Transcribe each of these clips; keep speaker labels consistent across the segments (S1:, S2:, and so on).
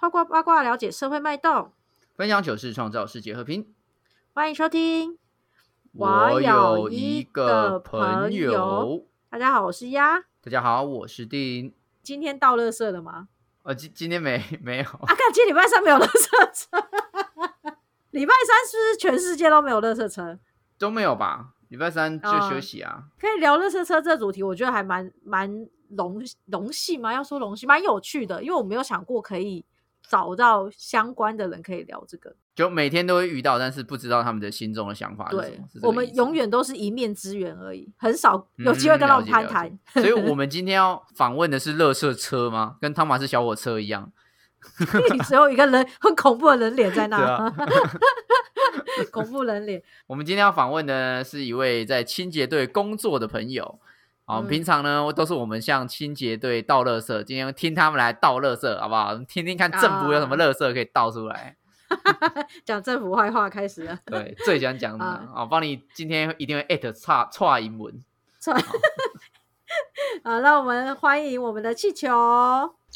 S1: 透过八卦了解社会脉动。
S2: 分享糗事，创造世界和平。
S1: 欢迎收听。
S2: 我
S1: 我
S2: 有
S1: 有
S2: 一
S1: 一
S2: 个
S1: 个
S2: 朋
S1: 朋
S2: 友
S1: 友，大家好，我是鸭。
S2: 大家好，我是丁。
S1: 今天到乐色了吗？
S2: 呃，今今天没没有，
S1: 啊，看今天礼拜三没有乐色车，礼拜三是不是全世界都没有乐色车？
S2: 都没有吧？礼拜三就
S1: 哦
S2: 休息啊。
S1: 可以聊乐色车这主题，我觉得还蛮蛮荣荣幸嘛，要说荣幸，蛮有趣的，因为我没有想过可以找到相关的人可以聊这个。
S2: 就每天都会遇到，但是不知道他们的心中的想法是啊什
S1: 对
S2: 么。是这，个
S1: 我
S2: 意
S1: 们
S2: 思
S1: 永远都是一面之缘而已，很少有机
S2: 嗯
S1: 会跟他
S2: 了
S1: 们
S2: 解
S1: 攀
S2: 了解
S1: 谈。
S2: 所以我们今天要访问的是乐色车吗？跟汤马斯小火车 一样？
S1: 你只有一个人很恐怖的人脸在那，
S2: 对啊
S1: 恐怖人脸。
S2: 我们今天要访问的是一位在清洁队工作的朋友。啊，我
S1: 嗯
S2: 们平常呢都是我们向清洁队倒垃圾，今天听他们来倒垃圾，好不好？我们听听看政府有什么
S1: 啊
S2: 垃圾可以倒出 来。
S1: 讲政府坏话开始了，
S2: 对，最喜欢讲什么
S1: 啊
S2: 啊，我帮你今天一定会艾特差差英文。
S1: 好，那我们欢迎我们的气球。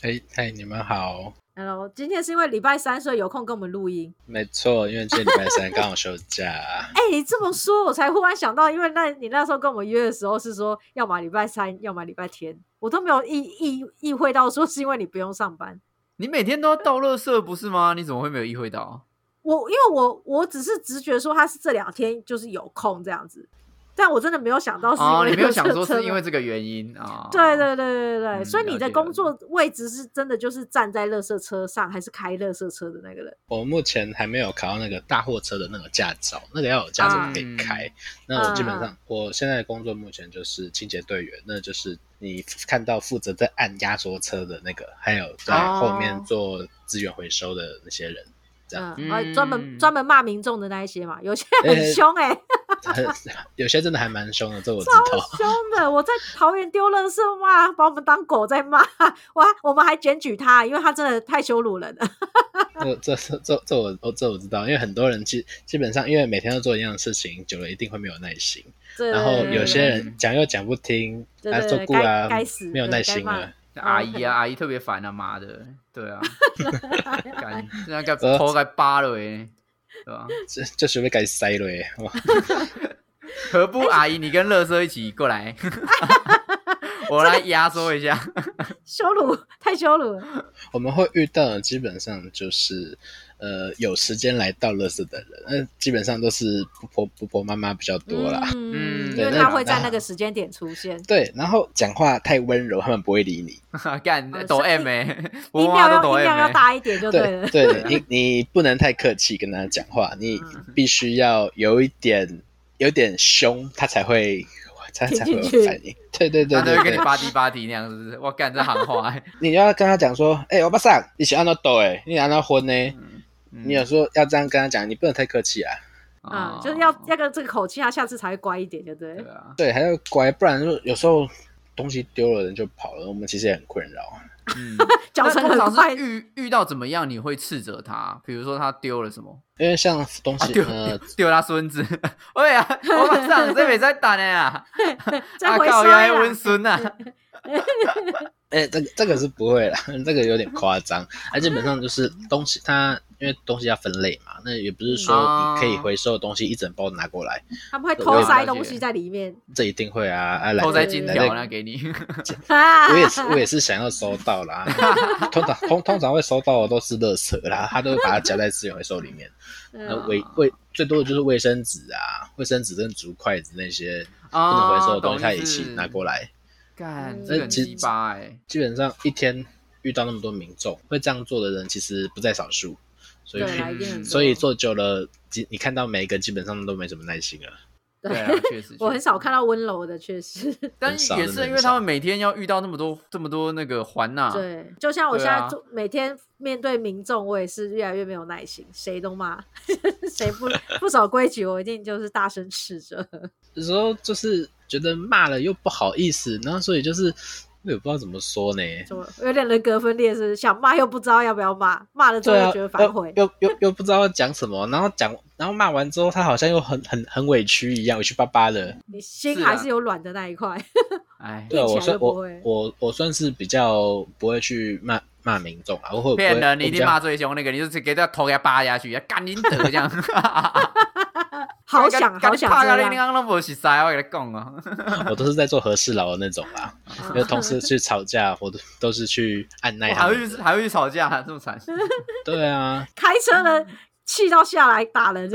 S3: 哎嗨，你们好，
S1: Hello，今天是因为礼拜三，所以有空跟我们录音。
S3: 没错，因为这礼拜三刚好休假，
S1: 哎、你这么说，我才忽然想到，因为那你那时候跟我们约的时候是说，要么礼拜三，要么礼拜天，我都没有意意意会到说是因为你不用上班。
S2: 你每天都要倒垃圾不是吗？你怎么会没有意会到？
S1: 我因为我我只是直觉说他是这两天就是有空这样子，但我真的没有想到是因为、
S2: 哦，你没有想说是因为这个原因啊？
S1: 对对对对对，
S2: 嗯
S1: 所以你
S2: 了
S1: 的
S2: 解
S1: 工作位置是真的就是站在垃圾车上，还是开垃圾车的那个人？
S3: 我目前还没有考到那个大货车的那个驾照，那个要有驾照可以开。那我基本上、我现在的工作目前就是清洁队员，那就是你看到负责在按压缩车的那个，还有在后面
S2: 哦
S3: 做资源回收的那些人， 这样
S1: 嗯，啊专门
S2: 嗯
S1: 专门骂民众的那一些嘛，有些
S3: 哎
S1: 很凶哎、
S3: 很有些真的还蛮凶的，这我知
S1: 超
S3: 道。
S1: 凶的！我在桃园丢垃圾骂，把我们当狗在骂，哇！我们还检举他，因为他真的太羞辱人了。
S3: 这这这这这我哦这我知道，因为很多人基基本上因为每天都做一样的事情，久了一定会没有耐心。
S1: 对
S3: 然后有些
S2: 嗯
S3: 人讲又讲不听，
S1: 对
S3: 啊
S1: 对
S3: 做
S1: 对
S3: 顾
S1: 该
S3: 啊
S1: 该死，
S3: 没有
S1: 对
S3: 耐
S1: 该
S3: 心
S1: 骂
S3: 了。
S2: 阿姨啊，阿姨特别烦啊，妈的，对啊，感现在该
S1: 呃
S2: 头该扒了哎，对吧？
S3: 这这学被该塞了耶！ 哇
S2: 何不阿姨你跟乐色一起 过来，我来压缩一下。
S1: 羞辱，太羞辱了。
S3: 我们会遇到的基本上就是，呃，有时间来倒垃圾的人，那基本上都是婆婆婆婆妈妈比较多啦。
S1: 嗯，
S2: 嗯
S1: 因为
S3: 对
S1: 他
S3: 那
S1: 会在
S3: 那
S1: 那个时间点出 现。
S3: 对，然后讲话太温柔，他们不会理你。
S2: 干
S1: 哦
S2: 抖
S1: 所以
S2: M 哎，
S1: 音
S2: 我妈
S1: 量
S2: 都
S1: 要
S2: 抖
S1: 音
S2: M
S1: 量要
S2: 哎，
S1: 大一点就
S3: 对
S1: 了。
S3: 对，你你不能太客气跟他讲话，你
S1: 嗯
S3: 必须要有一点有点凶，他才会他才会有
S1: 听进去
S3: 反应。对对对
S2: 她都
S3: 对
S2: 会
S3: 对
S2: 跟你，吧唧吧唧那样，是不是？我干这行 话欸，
S3: 你要跟他讲说，哎、欸，我巴上，你想按到抖哎，你想按到昏呢？
S2: 嗯
S3: 你有时候要这样跟他讲，你不能太客气啊。
S1: 啊，
S2: 哦
S1: 就是要要个这个口气，他下次才会乖一点，对不
S2: 对
S1: 对？
S2: 啊，
S3: 对，还要乖，不然就有时候东西丢了人就跑了，我们其实也很困扰。
S2: 嗯，
S1: 脚
S2: 那
S1: 程
S2: 通
S1: 很
S2: 常
S1: 快
S2: 是，遇遇到怎么样，你会斥责他？比如说他丢了什么？
S3: 因为像东
S2: 啊
S3: 西，
S2: 丢
S3: 呃，
S2: 丢他孙子， 喂 啊，我马上这边在打呢啊，
S1: 再回
S2: 靠，
S1: 收
S2: 原来温
S1: 啦。
S2: 孙啊，
S3: 哎、这个这个是不会啦， 这个有点夸张。啊，基本上就是东西它，因为东西要分类嘛，那也不是说
S2: 嗯
S3: 你可以回收的东西一整包拿过来，
S1: 他们会
S3: 对
S1: 偷
S3: 我
S1: 塞
S2: 了
S1: 东
S2: 解
S1: 西在里面
S3: 这一定会啊。啊，来
S2: 偷塞
S3: 这
S2: 金
S3: 来
S2: 条
S3: 这
S2: 那 给你，
S1: 啊
S3: 我也是，我也是想要收到啦。通常通通常会收到的都是垃圾啦，他都会把它夹在资源回收里面。那
S1: 嗯
S3: 卫卫最多的就是卫生纸啊，卫生纸跟竹筷子那些不能
S2: 啊
S3: 回收的东西，他
S2: 懂
S3: 也
S2: 意
S3: 一起
S2: 思
S3: 拿过来。
S2: 干，
S1: 嗯
S2: 这个很
S3: 其
S2: 鸡巴哎，
S3: 基本上一天遇到那么多民众，会这样做的人其实不在少数，所以
S1: 对啦，一定很
S2: 嗯
S1: 多
S3: 所以做久了，基你看到每一个基本上都没什么耐心了。
S2: 对啊，确实，
S1: 我
S2: 确
S1: 很
S2: 实
S1: 少看到温柔的，确实。
S2: 但
S3: 很少
S2: 也
S3: 真
S2: 是
S3: 的
S2: 因为
S3: 很
S2: 他
S3: 少
S2: 们每天要遇到那么多这么多那个环呐、
S1: 对，就像我
S2: 对
S1: 现在
S2: 啊
S1: 做每天面对民众，我也是越来越没有耐心，谁都骂， 谁不不守规矩，我一定就是大声斥责。
S3: 有时候就是觉得骂了又不好意思，然后所以就是我也不知道怎么说呢。
S1: 怎么有点人格分裂是不是想骂又不知道要不要骂，骂了之后
S2: 啊
S1: 又觉得反悔。
S3: 啊又又又又不知道要讲什么，然后讲，然后骂完之后，他好像又很很很委屈一样，委屈巴巴的。
S1: 你心
S2: 是
S1: 还
S2: 啊
S1: 是有软的那一块，
S2: 哎，
S3: 对啊，
S1: 硬起来
S3: 我算
S1: 就不
S3: 我
S1: 会
S3: 我我算是比较不会去骂骂民众啊，我会不会
S2: 骗人！你一定骂
S3: 骂
S2: 最凶那个，你就是给他头给他扒下去，干你得这样。
S1: 好 想好想
S2: 怕
S1: 这
S2: 你
S1: 样，
S2: 刚都不是塞，我跟你讲哦。
S3: 我都是在做和事佬的那种 啦。
S1: 啊
S3: 因为同事去吵架，我都都是去按耐
S2: 还
S3: 他
S2: 会
S3: 们。
S2: 去还会去吵架，这么惨。
S1: 嗯
S3: 对啊，
S1: 开车的气到下来打 人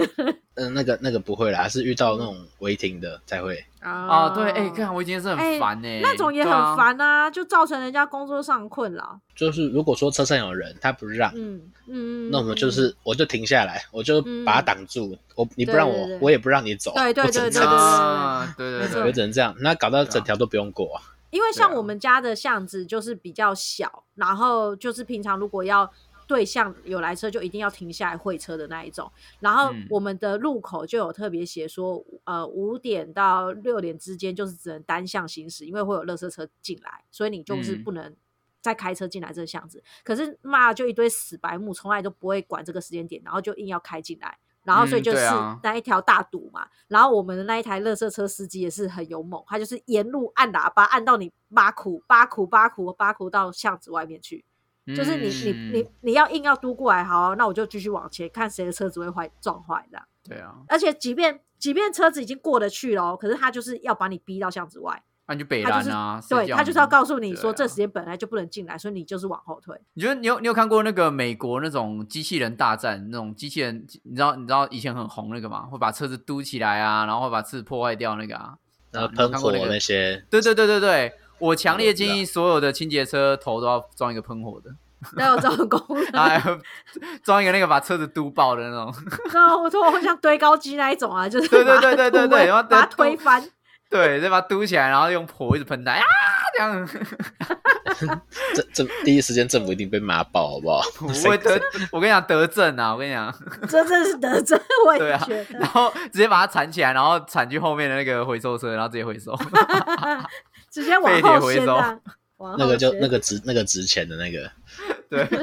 S3: 嗯、那个那个不会啦，是遇到那种违停的才会。
S2: 哦，对，哎，看我已经是很烦哎，
S1: 那种也很烦啊，就造成人家工作上困扰。
S3: 就是如果说车上有人，他不让，
S1: 嗯嗯，
S3: 那我们就是我就停下来，我就把他挡住，我你不让我，
S1: 对对对
S3: 我也不让你走，
S1: 对对
S3: 我只能
S1: 对
S3: 这
S2: 对。
S1: 对
S3: 样子，
S2: 啊，对对
S3: 我
S2: 对
S1: 没错
S3: 只
S2: 对，
S3: 能这样。那搞到
S2: 对啊
S3: 整条都不用过啊，
S1: 因为
S2: 对
S1: 像
S2: 啊
S1: 我们家的巷子就是比较小，然后就是平常如果要对向有来车，就一定要停下来会车的那一种。然后
S2: 嗯
S1: 我们的路口就有特别写说，呃，五点到六点之间就是只能单向行驶，因为会有垃圾车进来，所以你就是
S2: 嗯
S1: 不能。再开车进来这个巷子，可是妈就一堆死白目，从来都不会管这个时间点，然后就硬要开进来，然后所以
S2: 嗯
S1: 就是
S2: 对啊
S1: 那一条大堵嘛。然后我们的那一台垃圾车司机也是很勇猛，他就是沿路按喇叭，按到你巴苦巴苦巴苦巴苦到巷子外面去。就是你你
S2: 嗯
S1: 你你要硬要嘟过来，好啊、那我就继续往前看谁的车子会坏撞坏这样。
S2: 对啊，
S1: 而且即便即便车子已经过得去了哦，可是他就是要把你逼到巷子外，
S2: 那你就北
S1: 他
S2: 兰
S1: 就是、
S2: 啊，
S1: 对他就是要告诉你
S2: 对
S1: 说
S2: 啊
S1: 这时间本来就不能进来，所以你就是往后退。
S2: 你觉得你有你有看过那个美国那种机器人大战那种机器人？你知道你知道以前很红那个吗？会把车子嘟起来啊，然后会把车子破坏掉那个啊。
S3: 然后
S2: 你有
S3: 喷
S2: 看
S3: 火
S2: 过那个
S3: 那些，
S2: 对对对对对，我强烈
S3: 我知道
S2: 建议所有的清洁车头都要装一个喷火的，
S1: 那有这种功能，
S2: 哎，装一个那个把车子嘟爆的那种。
S1: 那我说我像堆高机那一种啊，就是
S2: 对对
S1: 把它
S2: 对对对
S1: 推
S2: 对然后
S1: 把它
S2: 再
S1: 推
S2: 动
S1: 翻。
S2: 对，再把它嘟起来，然后用火一直喷它啊，这样
S3: 这这第一时间政府一定被骂爆，好 不好？
S2: 不会得。我跟你讲得症啊，我跟你讲，
S1: 这真是得真，我
S2: 对
S1: 也
S2: 啊
S1: 觉
S2: 然
S1: 得。
S2: 后直接把它缠起来，然后缠去后面的那个回收车，然后直接回收。
S1: 直接往
S2: 废铁
S1: 后
S2: 回
S1: 掀
S2: 收
S1: 啊，往后
S3: 那个就
S1: 掀
S3: 那个值那个值钱的那个，
S2: 对。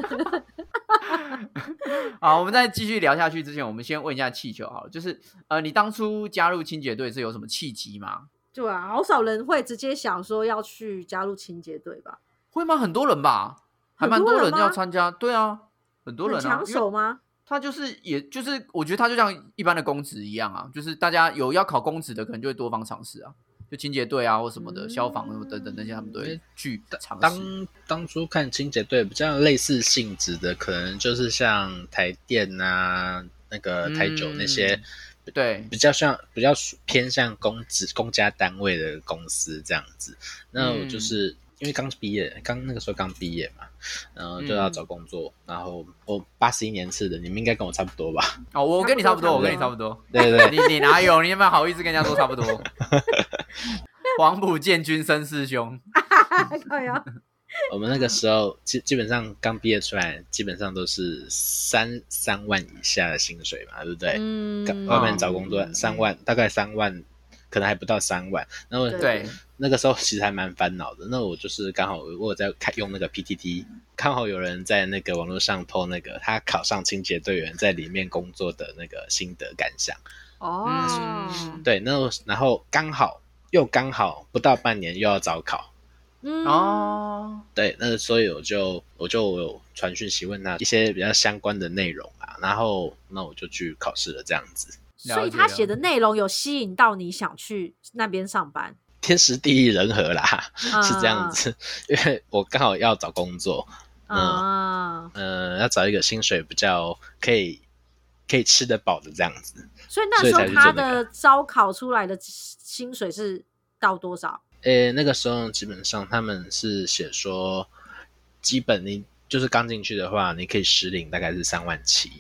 S2: 好，我们在继续聊下去之前，我们先问一下气球好了，就是呃，你当初加入清洁队是有什么契机吗？
S1: 对啊，好少人会直接想说要去加入清洁队吧？
S2: 会吗？很多人吧，还蛮
S1: 很多人
S2: 人
S1: 吗
S2: 要参加。对啊，很多
S1: 很
S2: 人啊，
S1: 抢
S2: 因为
S1: 手吗？
S2: 他就是也就是，我觉得他就像一般的公职一样啊，就是大家有要考公职的，可能就会多方尝试啊，就清洁队啊或什么的，
S1: 嗯
S2: 消防等等那些，他们都会去尝试。
S3: 当当初看清洁队比较类似性质的，可能就是像台电啊、那个台酒那些，
S2: 嗯对，
S3: 比较像比较属偏向公职公家单位的公司这样子。那我
S2: 嗯
S3: 就是、因为刚毕业，刚那个时候刚毕业嘛，然后就要
S2: 嗯
S3: 找工作，然后我八十一年次的，你们应该跟我差不多吧？
S2: 哦，我跟你差不多，
S1: 差
S2: 我
S1: 不多
S2: 跟你差不多。
S3: 对对对，
S2: 你你哪有？你有没有好意思跟人家说差 不多？黄埔建军生师兄，
S3: 嗯
S1: 哎呀，
S3: 我们那个时候基基本上刚毕业出来，基本上都是三三万以下的薪水嘛，对不对？
S1: 嗯
S3: 刚外面找工作三万，大概三万，可能还不到三万。那我
S2: 对，
S3: 那个时候其实还蛮烦恼的。那我就是刚好我有在看用那个 PTT，刚好有人在那个网络上 PO 那个他考上清洁队员在里面工作的那个心得感想。
S1: 哦，
S2: 嗯
S3: 对，那我然后刚好又刚好不到半年又要早考，
S1: 嗯，
S2: 哦，
S3: 对，那所以我就我就有传讯息问他一些比较相关的内容啊，然后那我就去考试了这样子。
S1: 所以
S2: 了解
S1: 他
S2: 了
S1: 写的内容有吸引到你想去那边上班，
S3: 天时地利人和啦， 是这样
S1: 嗯
S3: 子， 因为我刚好要找工作，嗯
S1: 啊。
S3: 呃，要找一个薪水比较可以可以吃得饱的这样子。
S1: 所以那
S3: 所以
S1: 时候
S3: 才去
S1: 他
S3: 做那
S1: 的
S3: 个
S1: 招考出来的薪水是到多少？
S3: 诶，那个时候基本上他们是写说，基本你就是刚进去的话，你可以实领大概是三万七。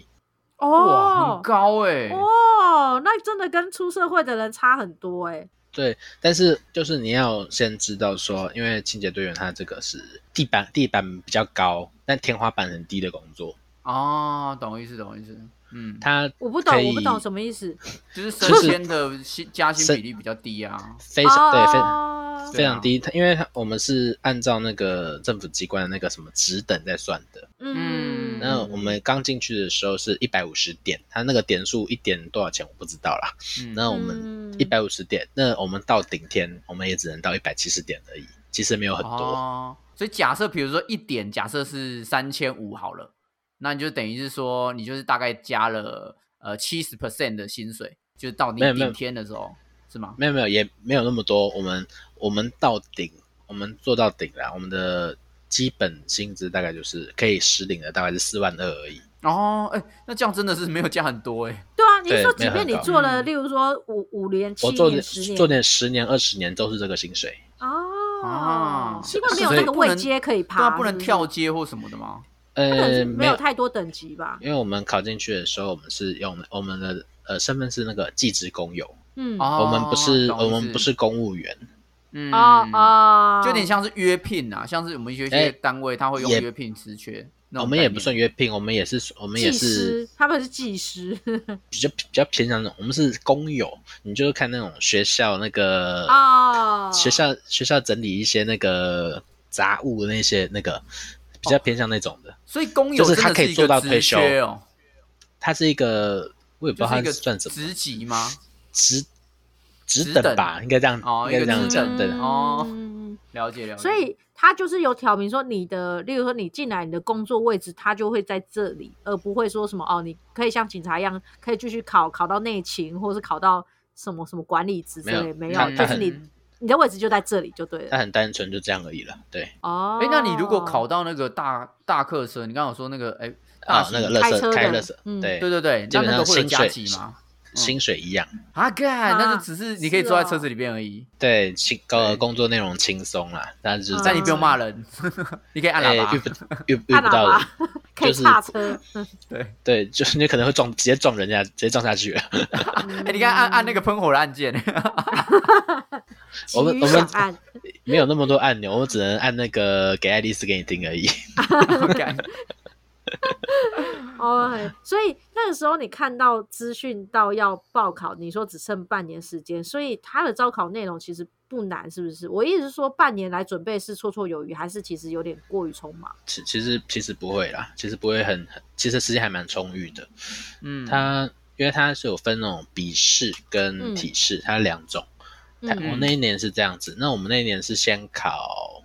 S2: 哇，
S1: 哦
S2: 很高哎，
S1: 哦，那真的跟出社会的人差很多哎。
S3: 对，但是就是你要先知道说，因为清洁队员他这个是地板地板比较高，但天花板很低的工作，
S2: 哦，懂意思，懂意思。嗯，
S3: 他
S1: 我不懂，
S3: 可以
S1: 我不懂什么意思。
S2: 就是升迁的薪加薪比例比较低啊。
S3: 非常、对
S1: 哦
S3: 非常
S2: 对啊
S3: 非常低，他因为他我们是按照那个政府机关的那个什么职等在算的，
S1: 嗯，
S3: 那我们刚进去的时候是一百五十点，他那个点数一点多少钱我不知道啦。
S2: 嗯，
S3: 那我们
S1: 嗯
S3: 一百五十点，那我们到顶天，我们也只能到一百七十点而已。其实没有很多。
S2: 哦，所以假设比如说一点，假设是三千五好了，那你就等于是说你就是大概加了呃七十 percent 的薪水，就是到你
S3: 没有没有
S2: 顶天的时候是吗？
S3: 没有没有，也没有那么多。我们我们到顶，我们做到顶了，我们的基本薪资大概就是可以实领的，大概是四万二而已。
S2: 哦，哎、那这样真的是没有加很多哎、
S1: 对啊，你
S3: 对
S1: 说
S3: 没
S1: 即
S3: 有
S1: 便
S3: 很
S1: 你
S3: 高
S1: 做了，
S2: 嗯
S1: 例如说五五年、七
S3: 我做
S1: 年、
S3: 点
S1: 十
S3: 做
S1: 年
S3: 点十年二十年都是这个薪水。
S1: 哦
S2: 啊，
S1: 因为没有
S3: 所以
S1: 那个
S2: 不
S1: 位
S2: 能
S1: 阶可以爬，
S2: 对啊，不能
S1: 是是
S2: 跳，阶或什么的吗？
S1: 它可能是
S3: 呃，
S1: 没
S3: 没
S1: 有太多等级吧。
S3: 因为我们考进去的时候，我们是用我们的呃身份是那个技职工友，
S1: 嗯，哦
S2: 哦
S3: 我们不是
S2: 懂意
S3: 我
S2: 思
S3: 们不是公务员，
S2: 嗯
S1: 哦，
S2: 就有点像是约聘啊，像是我们有一些
S3: 哎
S2: 单位他会用
S3: 也
S2: 约聘职缺，那
S3: 我
S2: 种
S3: 们也
S2: 概念
S3: 不算约聘，我们也是我们也
S1: 技
S3: 是
S1: 师，他们是技师
S3: 比较比较偏向那种，我们是工友，你就是看那种学校那个
S1: 哦，
S3: 呃学校学校整理一些那个杂物那些那个比
S2: 哦
S3: 较偏向那种的，
S2: 所以工友
S3: 就是他
S2: 真的
S3: 可以
S2: 是一
S3: 做
S2: 个
S3: 到
S2: 职
S3: 退休
S2: 缺哦，
S3: 它是一个我也不知
S2: 就
S3: 道
S2: 是一
S3: 它
S2: 个
S3: 算什么
S2: 职级吗？
S3: 职职
S2: 职
S3: 等
S2: 等
S3: 吧，应该这样
S2: 哦
S3: 应该
S2: 一个
S3: 这样
S2: 职
S3: 讲
S2: 等
S3: 对。
S1: 嗯
S2: 哦了解了解。
S1: 所以他就是有挑明说你的，例如说你进来你的工作位置，他就会在这里，而不会说什么哦，你可以像警察一样，可以继续考考到内勤，或者是考到什么什么管理职之
S3: 没有
S1: 类，没
S3: 他
S1: 有，就
S3: 他
S1: 是
S3: 很
S1: 你你的位置就在这里就对
S3: 它
S1: 了。
S3: 很单纯，就这样而已了。对，
S1: 哦，
S2: 哎哎，那你如果考到那个大大客车，你刚刚有说那个哎大
S3: 啊，
S2: 型
S3: 那个
S1: 开
S3: 乐
S1: 车
S3: 色
S1: 的
S3: 开乐色，
S1: 嗯
S3: 对
S2: 对对对，
S3: 哎基
S2: 那
S3: 本
S2: 那个
S3: 上
S2: 会有
S3: 薪
S2: 加
S3: 水
S2: 级吗？
S3: 薪水一样。
S2: 啊，干，那
S1: 啊
S2: 就只是你可以坐在车子里边而已，
S3: 对，轻呃
S2: 对
S3: 工作内容轻松啦，但是就是
S1: 嗯
S2: 但你不用骂人， 你可以按
S3: 哎
S2: 喇
S3: 遇
S2: 叭。
S3: 不遇遇
S1: 按
S3: 不
S1: 喇
S3: 到
S1: 叭
S3: 人，
S1: 可以
S3: 就是
S1: 刹车，
S2: 对，
S3: 对，就是你可能会撞直接撞人家，直接撞下去了。
S2: 哎，你看按按
S1: 嗯
S2: 那个喷火的按键，
S1: 急
S3: 我们
S1: 于
S3: 我
S1: 想
S3: 们
S1: 按，
S3: 没有那么多按钮，我只能按那个给爱丽丝给你听而已。
S2: 干
S1: 哦，嘿所以那个时候你看到资讯到要报考，你说只剩半年时间，所以他的招考内容其实不难，是不是？我意思是说，半年来准备是绰绰有余，还是其实有点过于匆忙？
S3: 其其实其实不会啦，其实不会很，很其实时间还蛮充裕的。
S2: 嗯，
S3: 它因为它是有分那种笔试
S1: 嗯
S3: 跟体试，它两种。它
S1: 嗯
S3: 我那一年是这样子，那我们那一年是先考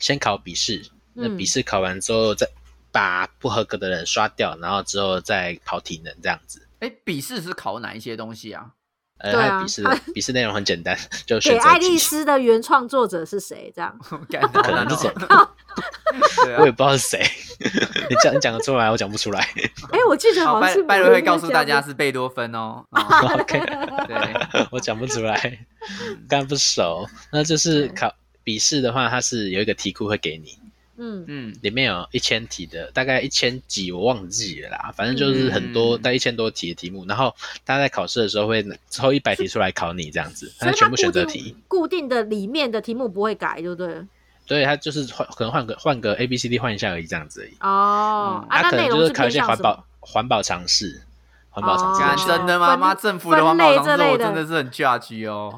S3: 先考笔试，那
S1: 嗯
S3: 笔试考完之后再把不合格的人刷掉，然后之后再考体能这样子。
S2: 哎，笔试是考哪一些东西啊？
S3: 呃，
S1: 对啊
S3: 它的笔试的 笔试内容很简单， 就
S1: 给
S3: 选择
S1: 爱丽
S3: 题。
S1: 丝的原创作者是谁？这样
S2: 干，好
S3: 可能
S2: 难
S3: 是
S2: 哦
S3: 谁，
S2: 对
S3: 我
S2: 啊
S3: 也。不知道是谁。 你讲你讲得出来，我讲不出 来。
S1: 哎、我记得
S2: 好，
S1: 好像
S2: 拜
S1: 是
S2: 拜
S1: 某
S2: 伦会
S1: 一个
S2: 告诉
S1: 这
S2: 大
S1: 样
S2: 家
S1: 子，
S2: 是贝多芬 哦。哦
S3: OK，
S2: 对，
S3: 我讲不出来，
S1: 嗯
S3: 刚不熟。那就是考笔试的话，它是有一个题库会给你，
S1: 嗯
S2: 嗯，
S3: 里面有一千题的，大概一千几我忘记了啦，反正就是很多，
S2: 嗯
S3: 大概一千多题的题目。然后他在考试的时候会抽一百题出来考你这样子，
S1: 所
S3: 它
S1: 以它
S3: 全部选
S1: 固
S3: 择
S1: 定
S3: 题。
S1: 固定的里面的题目不会改，对不对了？
S3: 对，他就是换，可能换个换个 A B C D 换一下而已，这样子而已。
S1: 哦，啊，那
S3: 它嗯可
S1: 内
S3: 能
S1: 容
S3: 就是考
S1: 偏
S3: 一些
S1: 向
S3: 环
S1: 什么
S3: 保？环保常识，环保常识
S1: 哦
S2: 干
S3: 的
S1: 感
S3: 选
S1: 觉
S3: 择。
S2: 真的吗？
S1: 分
S2: 妈，政府的环保
S1: 分类
S2: 常识
S1: 这类
S2: 我
S1: 的
S2: 真的是很 judge 哦。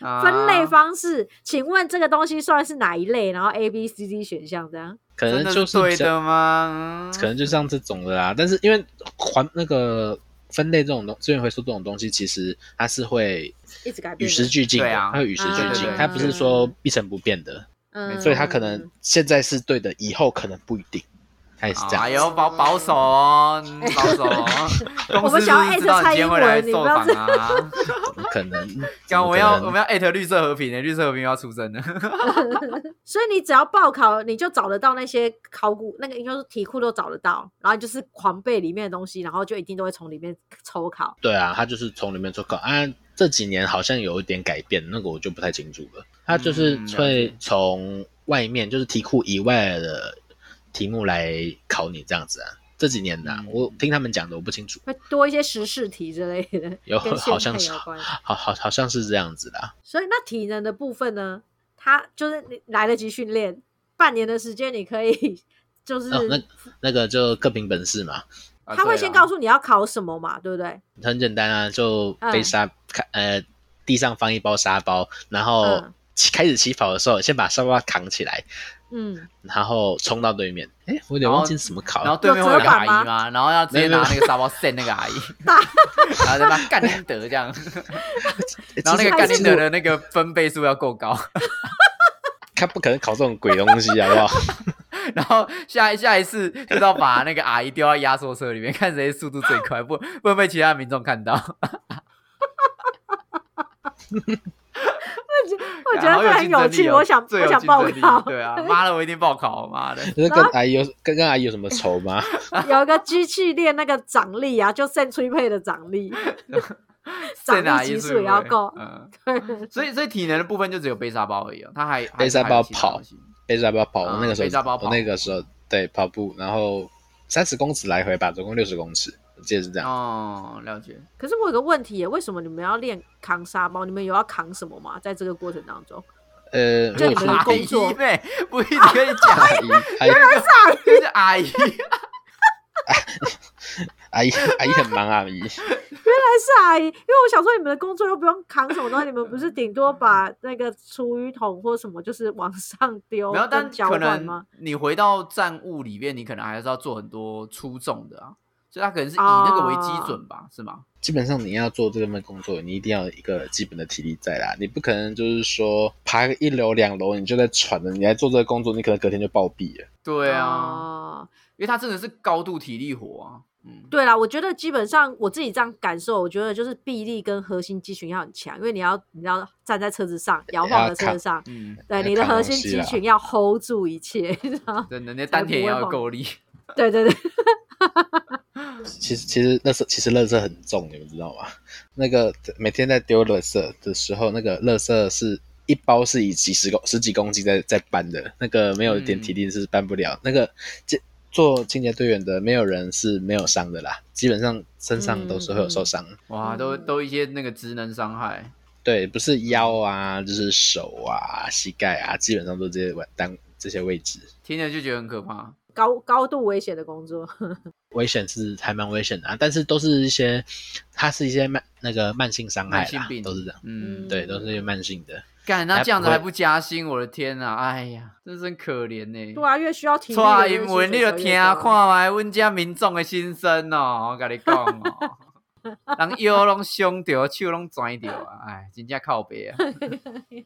S2: 啊
S1: 分类方式，请问这个东西算是哪一类？然后 A、B、C、D 选项这样。
S3: 可
S2: 真
S3: 能
S2: 的
S3: 就是是
S2: 对
S3: 比较
S2: 的吗？嗯
S3: 可能就像这种的啦。但是因为环那个分类这种东，资源回收这种东西，其实它是会
S1: 一直改
S3: 与
S1: 变的。
S3: 时俱进的，
S2: 对啊
S3: 它会与时俱进，
S2: 嗯
S3: 它不是说一成不变的，
S1: 嗯，
S3: 所以它可能现在是对的，以后可能不一定。它也是这
S2: 哎
S3: 样，
S2: 呦，保保守哦，嗯保守哦。
S1: 我
S2: 公
S1: 们
S2: 司
S1: 想要
S2: 是
S1: at
S2: 知道你
S1: 蔡
S2: 今
S1: 英
S2: 天会来
S1: 文，你
S2: 受
S1: 不要
S2: 访
S1: 这样。
S2: 啊。
S3: 怎么可能？
S2: 刚 我们要我们
S3: 要
S2: 要艾特绿色和平的，欸绿色和平要出 征的。
S1: 所以你只要报考，你就找得到那些考古，那个应该说题库都找得到，然后你就是狂背里面的东西，然后就一定都会从里面抽考。
S3: 对啊，它就是从里面做考啊。这几年好像有一点改变，那个我就不太清楚了。它就是
S2: 嗯了
S3: 会
S2: 解
S3: 从外面，就是题库以外的题目来考你这样子啊。这几年的、啊
S2: 嗯
S3: 我听他们讲的，我不清楚。
S1: 会多一些时事题之类的，
S3: 有
S1: 跟
S3: 好像
S1: 现
S3: 是
S1: 代有关。
S3: 好好好像是这样子啦。
S1: 所以那体能的部分呢，它就是你来得及训练，半年的时间你可以就是
S3: 哦，那那个就各凭本事嘛，
S2: 啊
S1: 他会先告
S2: 诉
S1: 诉你要考什么嘛，对不对？
S3: 很简单啊，就
S1: 嗯
S3: 飞沙看、呃地上放一包沙包，然后
S1: 嗯
S3: 起、开始起跑的时候，先把沙包扛起来，
S1: 嗯，
S3: 然后冲到对面。哎，我有点
S2: 然后
S3: 忘记是什么考
S2: 然后
S3: 了。
S2: 对面会有
S1: 有
S2: 个
S1: 折返
S2: 阿
S1: 吗
S2: 姨嘛，然后要直接
S3: 没有
S2: 拿
S3: 没有
S2: 那个沙包扇那个阿姨， 然后他妈干丁德这样，
S3: 诶
S2: 然后那
S3: 其实
S2: 个干
S3: 其
S2: 丁
S3: 实
S2: 德
S3: 我
S2: 的那个分贝数要够高，
S3: 他不可能考这种鬼东西，好不好？
S2: 然后下一下一次就要把那个阿姨丢到压缩车里面，看谁速度最快，不不能被其他民众看到。
S1: 我觉我觉得很哦有趣，我想我想报考。
S2: 对 啊，妈的，我一定报考，妈 的。
S3: 就是
S1: 啊
S3: 跟阿姨有跟跟阿姨有什么仇吗？
S1: 有一个机器练那个掌力啊，就剩崔配的掌力，掌力级数也要够。
S2: 嗯，
S1: 对，
S2: 所以所以体能的部分就只有背沙包而已哦，他还
S3: 背沙包跑，背沙包跑。
S2: 嗯
S3: 我那个时候
S2: 背沙包跑
S3: 我那个时候对跑步，然后三十公尺来回吧，总共六十公尺，我记得是这样。
S2: 哦，了解。
S1: 可是我有个问题耶，为什么你们要练扛沙包？你们有要扛什么吗？在这个过程当中，
S3: 呃，
S1: 就
S3: 如
S1: 你们
S3: 果是
S1: 的
S2: 阿
S1: 工
S2: 姨
S1: 作
S2: 妹，不一定可以讲。
S3: 阿姨，阿姨
S2: 就是 阿姨，
S3: 阿姨 阿姨很忙，啊阿姨。
S1: 但是阿姨，因为我想说你们的工作又不用扛什么东西，你们不是顶多把那个厨余桶或什么就是往上丢，
S2: 然后但
S1: 跟交
S2: 可
S1: 换
S2: 能
S1: 吗？
S2: 你回到站务里面，你可能还是要做很多粗重的啊，所以他可能是以那个为基准
S1: 哦
S2: 吧，是吗？
S3: 基本上你要做这份工作，你一定要有一个基本的体力在啦。你不可能就是说爬个一楼两楼你就在喘了，你来做这个工作，你可能隔天就暴毙了。
S2: 对啊，
S1: 哦
S2: 因为他真的是高度体力活啊，嗯，
S1: 对啦，我觉得基本上我自己这样感受，我觉得就是臂力跟核心肌群要很强，因为你要你要站在车子上，摇晃的车子上，
S2: 嗯，
S1: 对
S3: 要
S1: 你的
S3: 扛
S1: 核
S3: 东
S1: 心
S3: 西
S1: 肌
S3: 啦
S1: 群要 hold 住一切，然 后
S2: 真的，那丹田也要有够 力，
S1: 对对对，
S3: 其实其实垃圾其实垃圾很重，你们知道吗？那个每天在丢垃圾的时候，那个垃圾是一包是以几十公十几公斤在在搬的，那个没有一点体力是搬不了。那个这做清洁队员的，没有人是没有伤的啦，基本上身上都是会有受伤。
S2: 哇，都
S1: 嗯
S2: 都一些那个职能伤害，
S3: 对，不是腰啊，就是手啊、膝盖啊，基本上都这些位当这些位置，
S2: 听着就觉得很可怕，
S1: 高高度危险的工作，
S3: 危险是还蛮危险的、啊，但是都是一些，它是一些慢那个慢性伤害
S2: 慢性
S3: 啦
S2: 病，
S3: 嗯哎都是这样，哎
S2: 嗯，
S1: 嗯
S3: 对，都是一些慢性的。
S2: 干，那这样子
S3: 还
S2: 还
S3: 不会
S2: 不加薪，我的天啊，哎呀，真是很可怜呢，
S1: 对啊，越需要体力
S2: 蔡
S1: 的
S2: 英
S1: 东西
S2: 文，你
S1: 就
S2: 就
S1: 越
S2: 听啊
S1: 高
S2: 看卖阮遮民众的心声哦，我甲你讲 哦，人腰拢伤着，手拢拽着，哎，真正靠 背啊！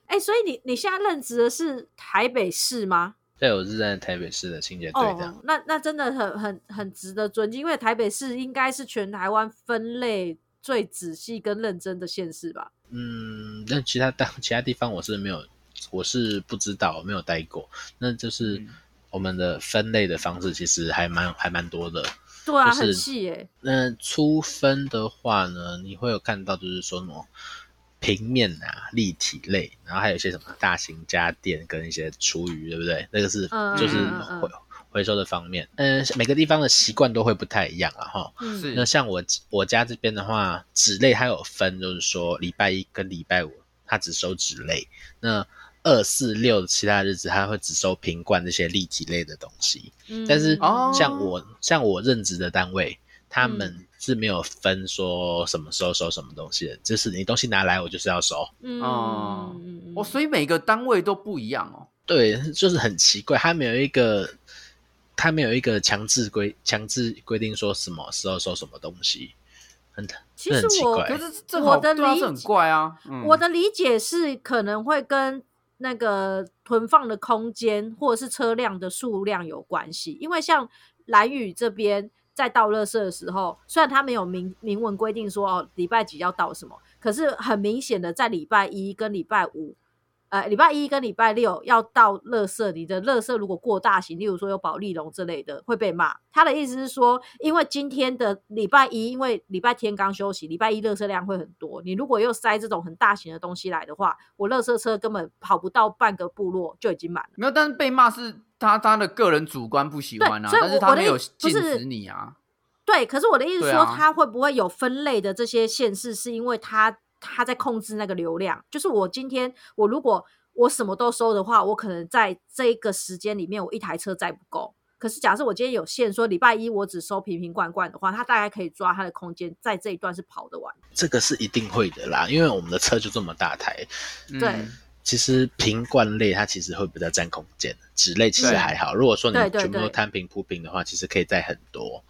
S1: 哎、所以你你现在任职的是台北市吗？
S3: 对，我是在台北市的清洁队这样，
S1: 哦，那那真的很很很值得尊敬，因为台北市应该是全台湾分类最仔细跟认真的县市吧。
S3: 嗯，但其他当其他地方我是没有，我是不知道，我没有待过，那就是
S2: 嗯
S3: 我们的分类的方式其实还蛮还蛮多的，
S1: 对啊，
S3: 就是
S1: 很细耶、
S3: 那粗分的话呢，你会有看到就是说什么平面啊、立体类，然后还有一些什么大型家电跟一些厨余，对不对？那个是
S1: 嗯
S3: 就是
S1: 嗯嗯
S3: 回回收的方面。嗯，每个地方的习惯都会不太一样啊，哈。
S1: 嗯，
S2: 是
S3: 那像我我家这边的话，纸类它有分，就是说礼拜一跟礼拜五它只收纸类，那二四六其他日子它会只收瓶罐这些立体类的东西。
S1: 嗯
S3: 但是
S2: 哦
S3: 像我像我任职的单位，他们
S1: 嗯
S3: 是没有分说什么时候收什么东西的，就是你东西拿来我就是要收。
S1: 嗯
S2: 哦
S1: 嗯嗯
S2: 哦，所以每个单位都不一样哦。
S3: 对，就是很奇怪，他没有一个他没有一个强制规强制规定说什么时候收什么东西，很
S1: 其实
S3: 很奇
S1: 我
S3: 怪
S2: 可是这
S1: 我
S2: 好
S1: 的
S2: 对啊，
S1: 理
S2: 这很怪啊。嗯
S1: 我的理解是可能会跟那个囤放的空间或者是车辆的数量有关系，因为像蓝宇这边在倒垃圾的时候，虽然他没有明明文规定说哦礼拜几要倒什么，可是很明显的在礼拜一跟礼拜五。呃，礼拜一跟礼拜六要倒垃圾，你的垃圾如果过大型，例如说有保利龙之类的，会被骂。他的意思是说，因为今天的礼拜一，因为礼拜天刚休息，礼拜一垃圾量会很多。你如果又塞这种很大型的东西来的话，我垃圾车根本跑不到半个部落就已经满了。
S2: 没有，但是被骂是他他的个人主观不喜欢啊，
S1: 对所以我
S2: 但是他没有
S1: 我的意不
S2: 禁
S1: 是
S2: 止你啊。
S1: 对，可是我的意思
S2: 对
S1: 是说，
S2: 啊
S1: 它会不会有分类的这些限制，是因为它它在控制那个流量？就是我今天我如果我什么都收的话，我可能在这个时间里面，我一台车载不够。可是假设我今天有限，说礼拜一我只收瓶瓶罐罐的话，它大概可以抓它的空间，在这一段是跑得完。
S3: 这个是一定会的啦，因为我们的车就这么大台，
S2: 嗯
S1: 对
S3: 其实瓶罐类它其实会比较占空间，纸类其实
S2: 对
S3: 还好。如果说你
S1: 对对
S3: 全部都
S1: 对
S3: 摊平铺平的话，其实可以载很多。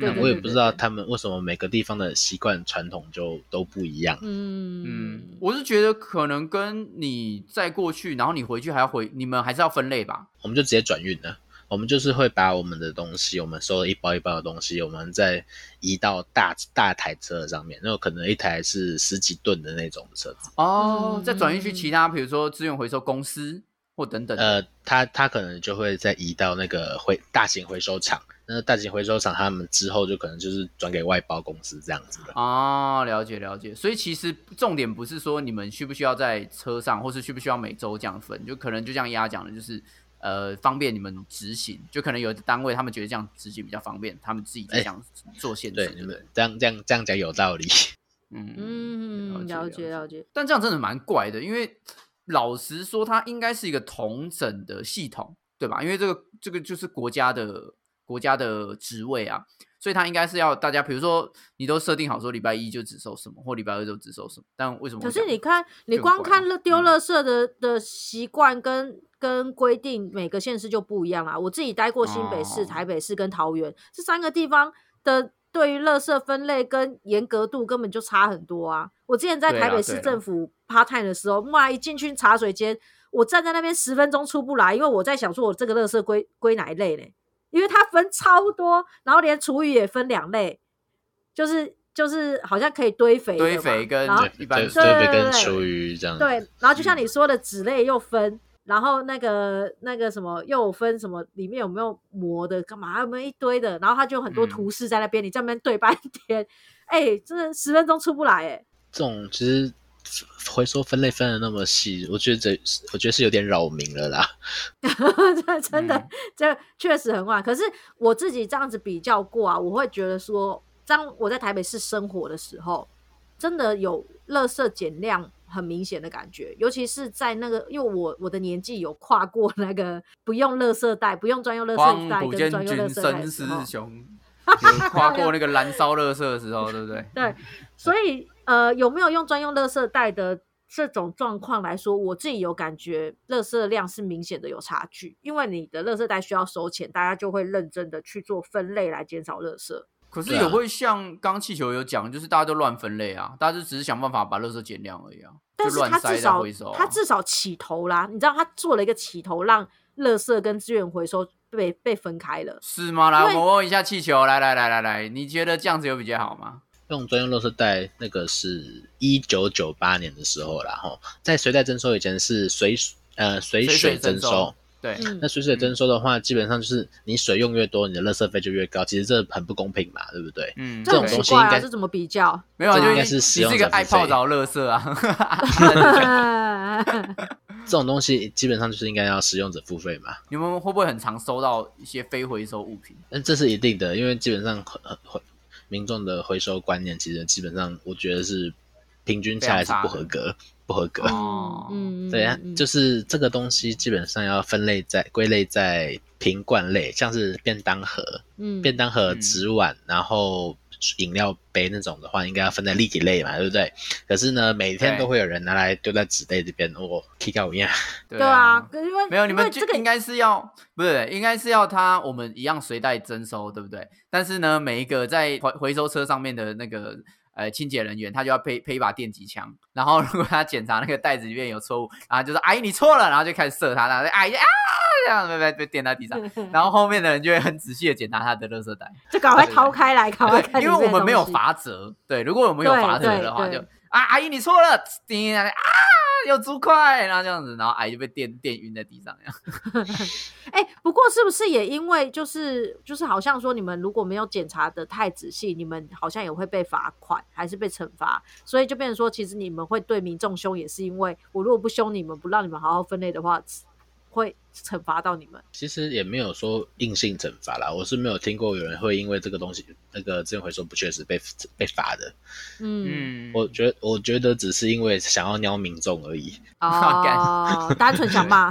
S1: 对
S3: 我也不知道他们为什么每个地方的习惯传统就都不一样。
S1: 嗯
S2: 嗯，我是觉得可能跟你再过去，然后你回去还要回，你们还是要分类吧。
S3: 我们就直接转运了。我们就是会把我们的东西，我们收了一包一包的东西，我们再移到大大台车上面，那有可能一台是十几吨的那种车子。
S2: 哦，
S1: 嗯
S2: 再转运去其他，比如说资源回收公司或等等。
S3: 呃，它它可能就会再移到那个回大型回收厂，那大型回收厂他们之后就可能就是转给外包公司这样子的。
S2: 哦，了解了解。所以其实重点不是说你们需不需要在车上，或是需不需要每周这样分，就可能就像丫讲的，就是呃方便你们执行。就可能有的单位他们觉得这样执行比较方便，他们自己就这样做限制。
S3: 哎对，你们这样这样这样讲有道理。
S2: 嗯
S1: 嗯，了
S2: 了
S1: 解
S2: 解
S1: 了解，
S2: 但这样真的蛮怪的，因为老实说，它应该是一个同整的系统，对吧？因为这个这个就是国家的国家的职位啊，所以它应该是要大家，比如说你都设定好说礼拜一就只收什么，或礼拜二就只收什么，但为什么
S1: 可
S2: 会这
S1: 是
S2: 样？
S1: 你看，你
S2: 就很
S1: 光
S2: 怪
S1: 看
S2: 啊
S1: 了丢
S2: 嗯
S1: 垃圾的的习惯跟跟规定，每个县市就不一样啦。我自己待过新北市、
S2: 哦
S1: 台北市跟桃园这三个地方的对于垃圾分类跟严格度根本就差很多啊。我之前在
S2: 对
S1: 台
S2: 啦
S1: 北市
S2: 对
S1: 政
S2: 啦
S1: 府 part time 的时候，妈一进去茶水间，我站在那边十分钟出不来，因为我在想说我这个垃圾归归哪一类嘞？因为它分超多，然后连厨余也分两类，就是就是好像可以堆肥的
S2: 堆
S1: 嘛
S2: 肥跟
S1: 然后
S2: 一般
S3: 对
S2: 是
S3: 对
S1: 对
S3: 跟
S1: 对
S3: 厨余这样。嗯
S1: 对，然后就像你说的，纸类又分，然后那个那个什么又有分什么里面有没有膜的，干嘛有没有一堆的，然后它就有很多
S2: 嗯
S1: 图示在那边，你在那边对半天，哎、真的十分钟出不来、哎，
S3: 这种其实回收分类分的那么细，我觉得这我觉得是有点扰民了啦。
S1: 真真的，
S2: 嗯
S1: 这确实很晚。可是我自己这样子比较过啊，我会觉得说，当我在台北市生活的时候，真的有垃圾减量很明显的感觉，尤其是在那个，因为我我的年纪有跨过那个不用垃圾袋、不用专用垃圾
S2: 荒
S1: 袋
S2: 古
S1: 跟
S2: 建
S1: 专用垃
S2: 军
S1: 圾袋的
S2: 深
S1: 时
S2: 思
S1: 候，
S2: 雄， 跨过那个燃烧垃圾的时候，对不对？
S1: 对，所以呃，有没有用专用垃圾袋的这种状况来说，我自己有感觉，垃圾量是明显的有差距，因为你的垃圾袋需要收钱，大家就会认真的去做分类来减少垃圾。
S2: 可是
S3: 对啊
S2: 也会像刚气球有讲，就是大家都乱分类啊，大家就只是想办法把垃圾减量而已啊，
S1: 但
S2: 就是乱
S1: 他
S2: 塞
S1: 至
S2: 再
S1: 少
S2: 回收、啊。
S1: 他至少起头啦，你知道他做了一个起头，让垃圾跟资源回收被被分开了。
S2: 是吗？来，
S1: 因
S2: 我
S1: 为
S2: 们问一下气球，来来来来来，你觉得这样子有比较好吗？
S3: 用专用垃圾袋，那个是一九九八年的时候啦，吼，在随袋征收以前是随呃随水征
S2: 收，
S3: 收。
S2: 对，啊
S1: 嗯
S3: 那，随水征收的话，基本上就是你水用越多，你的垃圾费就越高。其实这很不公平嘛，对不对？
S2: 嗯，
S1: 这很
S3: 种
S2: 对
S1: 奇
S3: 东西
S1: 怪
S3: 应
S1: 啊，
S3: 该
S1: 这怎么比 较？
S2: 没有啊，
S1: 这
S2: 就
S1: 应该
S3: 是
S2: 你
S3: 使
S2: 你
S3: 用
S2: 是一个
S3: 者付
S2: 爱泡
S3: 费
S2: 澡乐色啊，
S3: 这种东西基本上就是应该要使用者付费嘛。
S2: 你们会不会很常收到一些非回收物品？
S3: 但这是一定的，因为基本上回回民众的回收观念，其实基本上我觉得是平均下来是不合格，不合格。
S2: 哦
S1: 嗯，
S3: 对啊，就是是这个东西基本上要分类在归类在瓶罐类，像是便当盒、便当盒、
S2: 嗯
S3: 纸碗，然后饮料杯那种的话，应该要分在立体类嘛，对不对？可是呢，每天
S2: 对
S3: 都会有人拿来丢在纸类这边，哦我 kick 掉一样。
S2: 对
S1: 对啊，可因为
S2: 没有，你
S1: 因为
S2: 们
S1: 这
S2: 就
S1: 个
S2: 应该是要不是，应该是要他我们一样随袋征收，对不对？但是呢，每一个在回回收车上面的那个呃清洁人员，他就要配配一把电击枪，然后如果他检查那个袋子里面有错误，然后就说阿姨你错了，然后就开始射他，然后就阿姨就啊这样被被被电到地 上，然后后面的人就会很仔细的检查他的垃圾袋，
S1: 就赶快掏开来，赶快看
S2: 对，
S1: 里
S2: 因
S1: 面的东西，
S2: 为我们没有罚则，对，如果我们有
S1: 对
S2: 罚则的话，
S1: 对
S2: 就
S1: 对
S2: 啊阿姨你错了，叮啊有竹筷，然后这样子，然后阿姨就被电电晕在地上，这样
S1: 哎、不过是不是也因为就是就是好像说你们如果没有检查的太仔细，你们好像也会被罚款，还是被惩罚，所以就变成说，其实你们会对民众凶，也是因为我如果不凶你们，不让你们好好分类的话，会惩罚到你们。
S3: 其实也没有说硬性惩罚啦，我是没有听过有人会因为这个东西那个资源回收不确实被被罚的。
S1: 嗯，
S2: 嗯
S3: 我觉得我觉得只是因为想要撩民众 而已，
S1: 哦，单纯想 骂，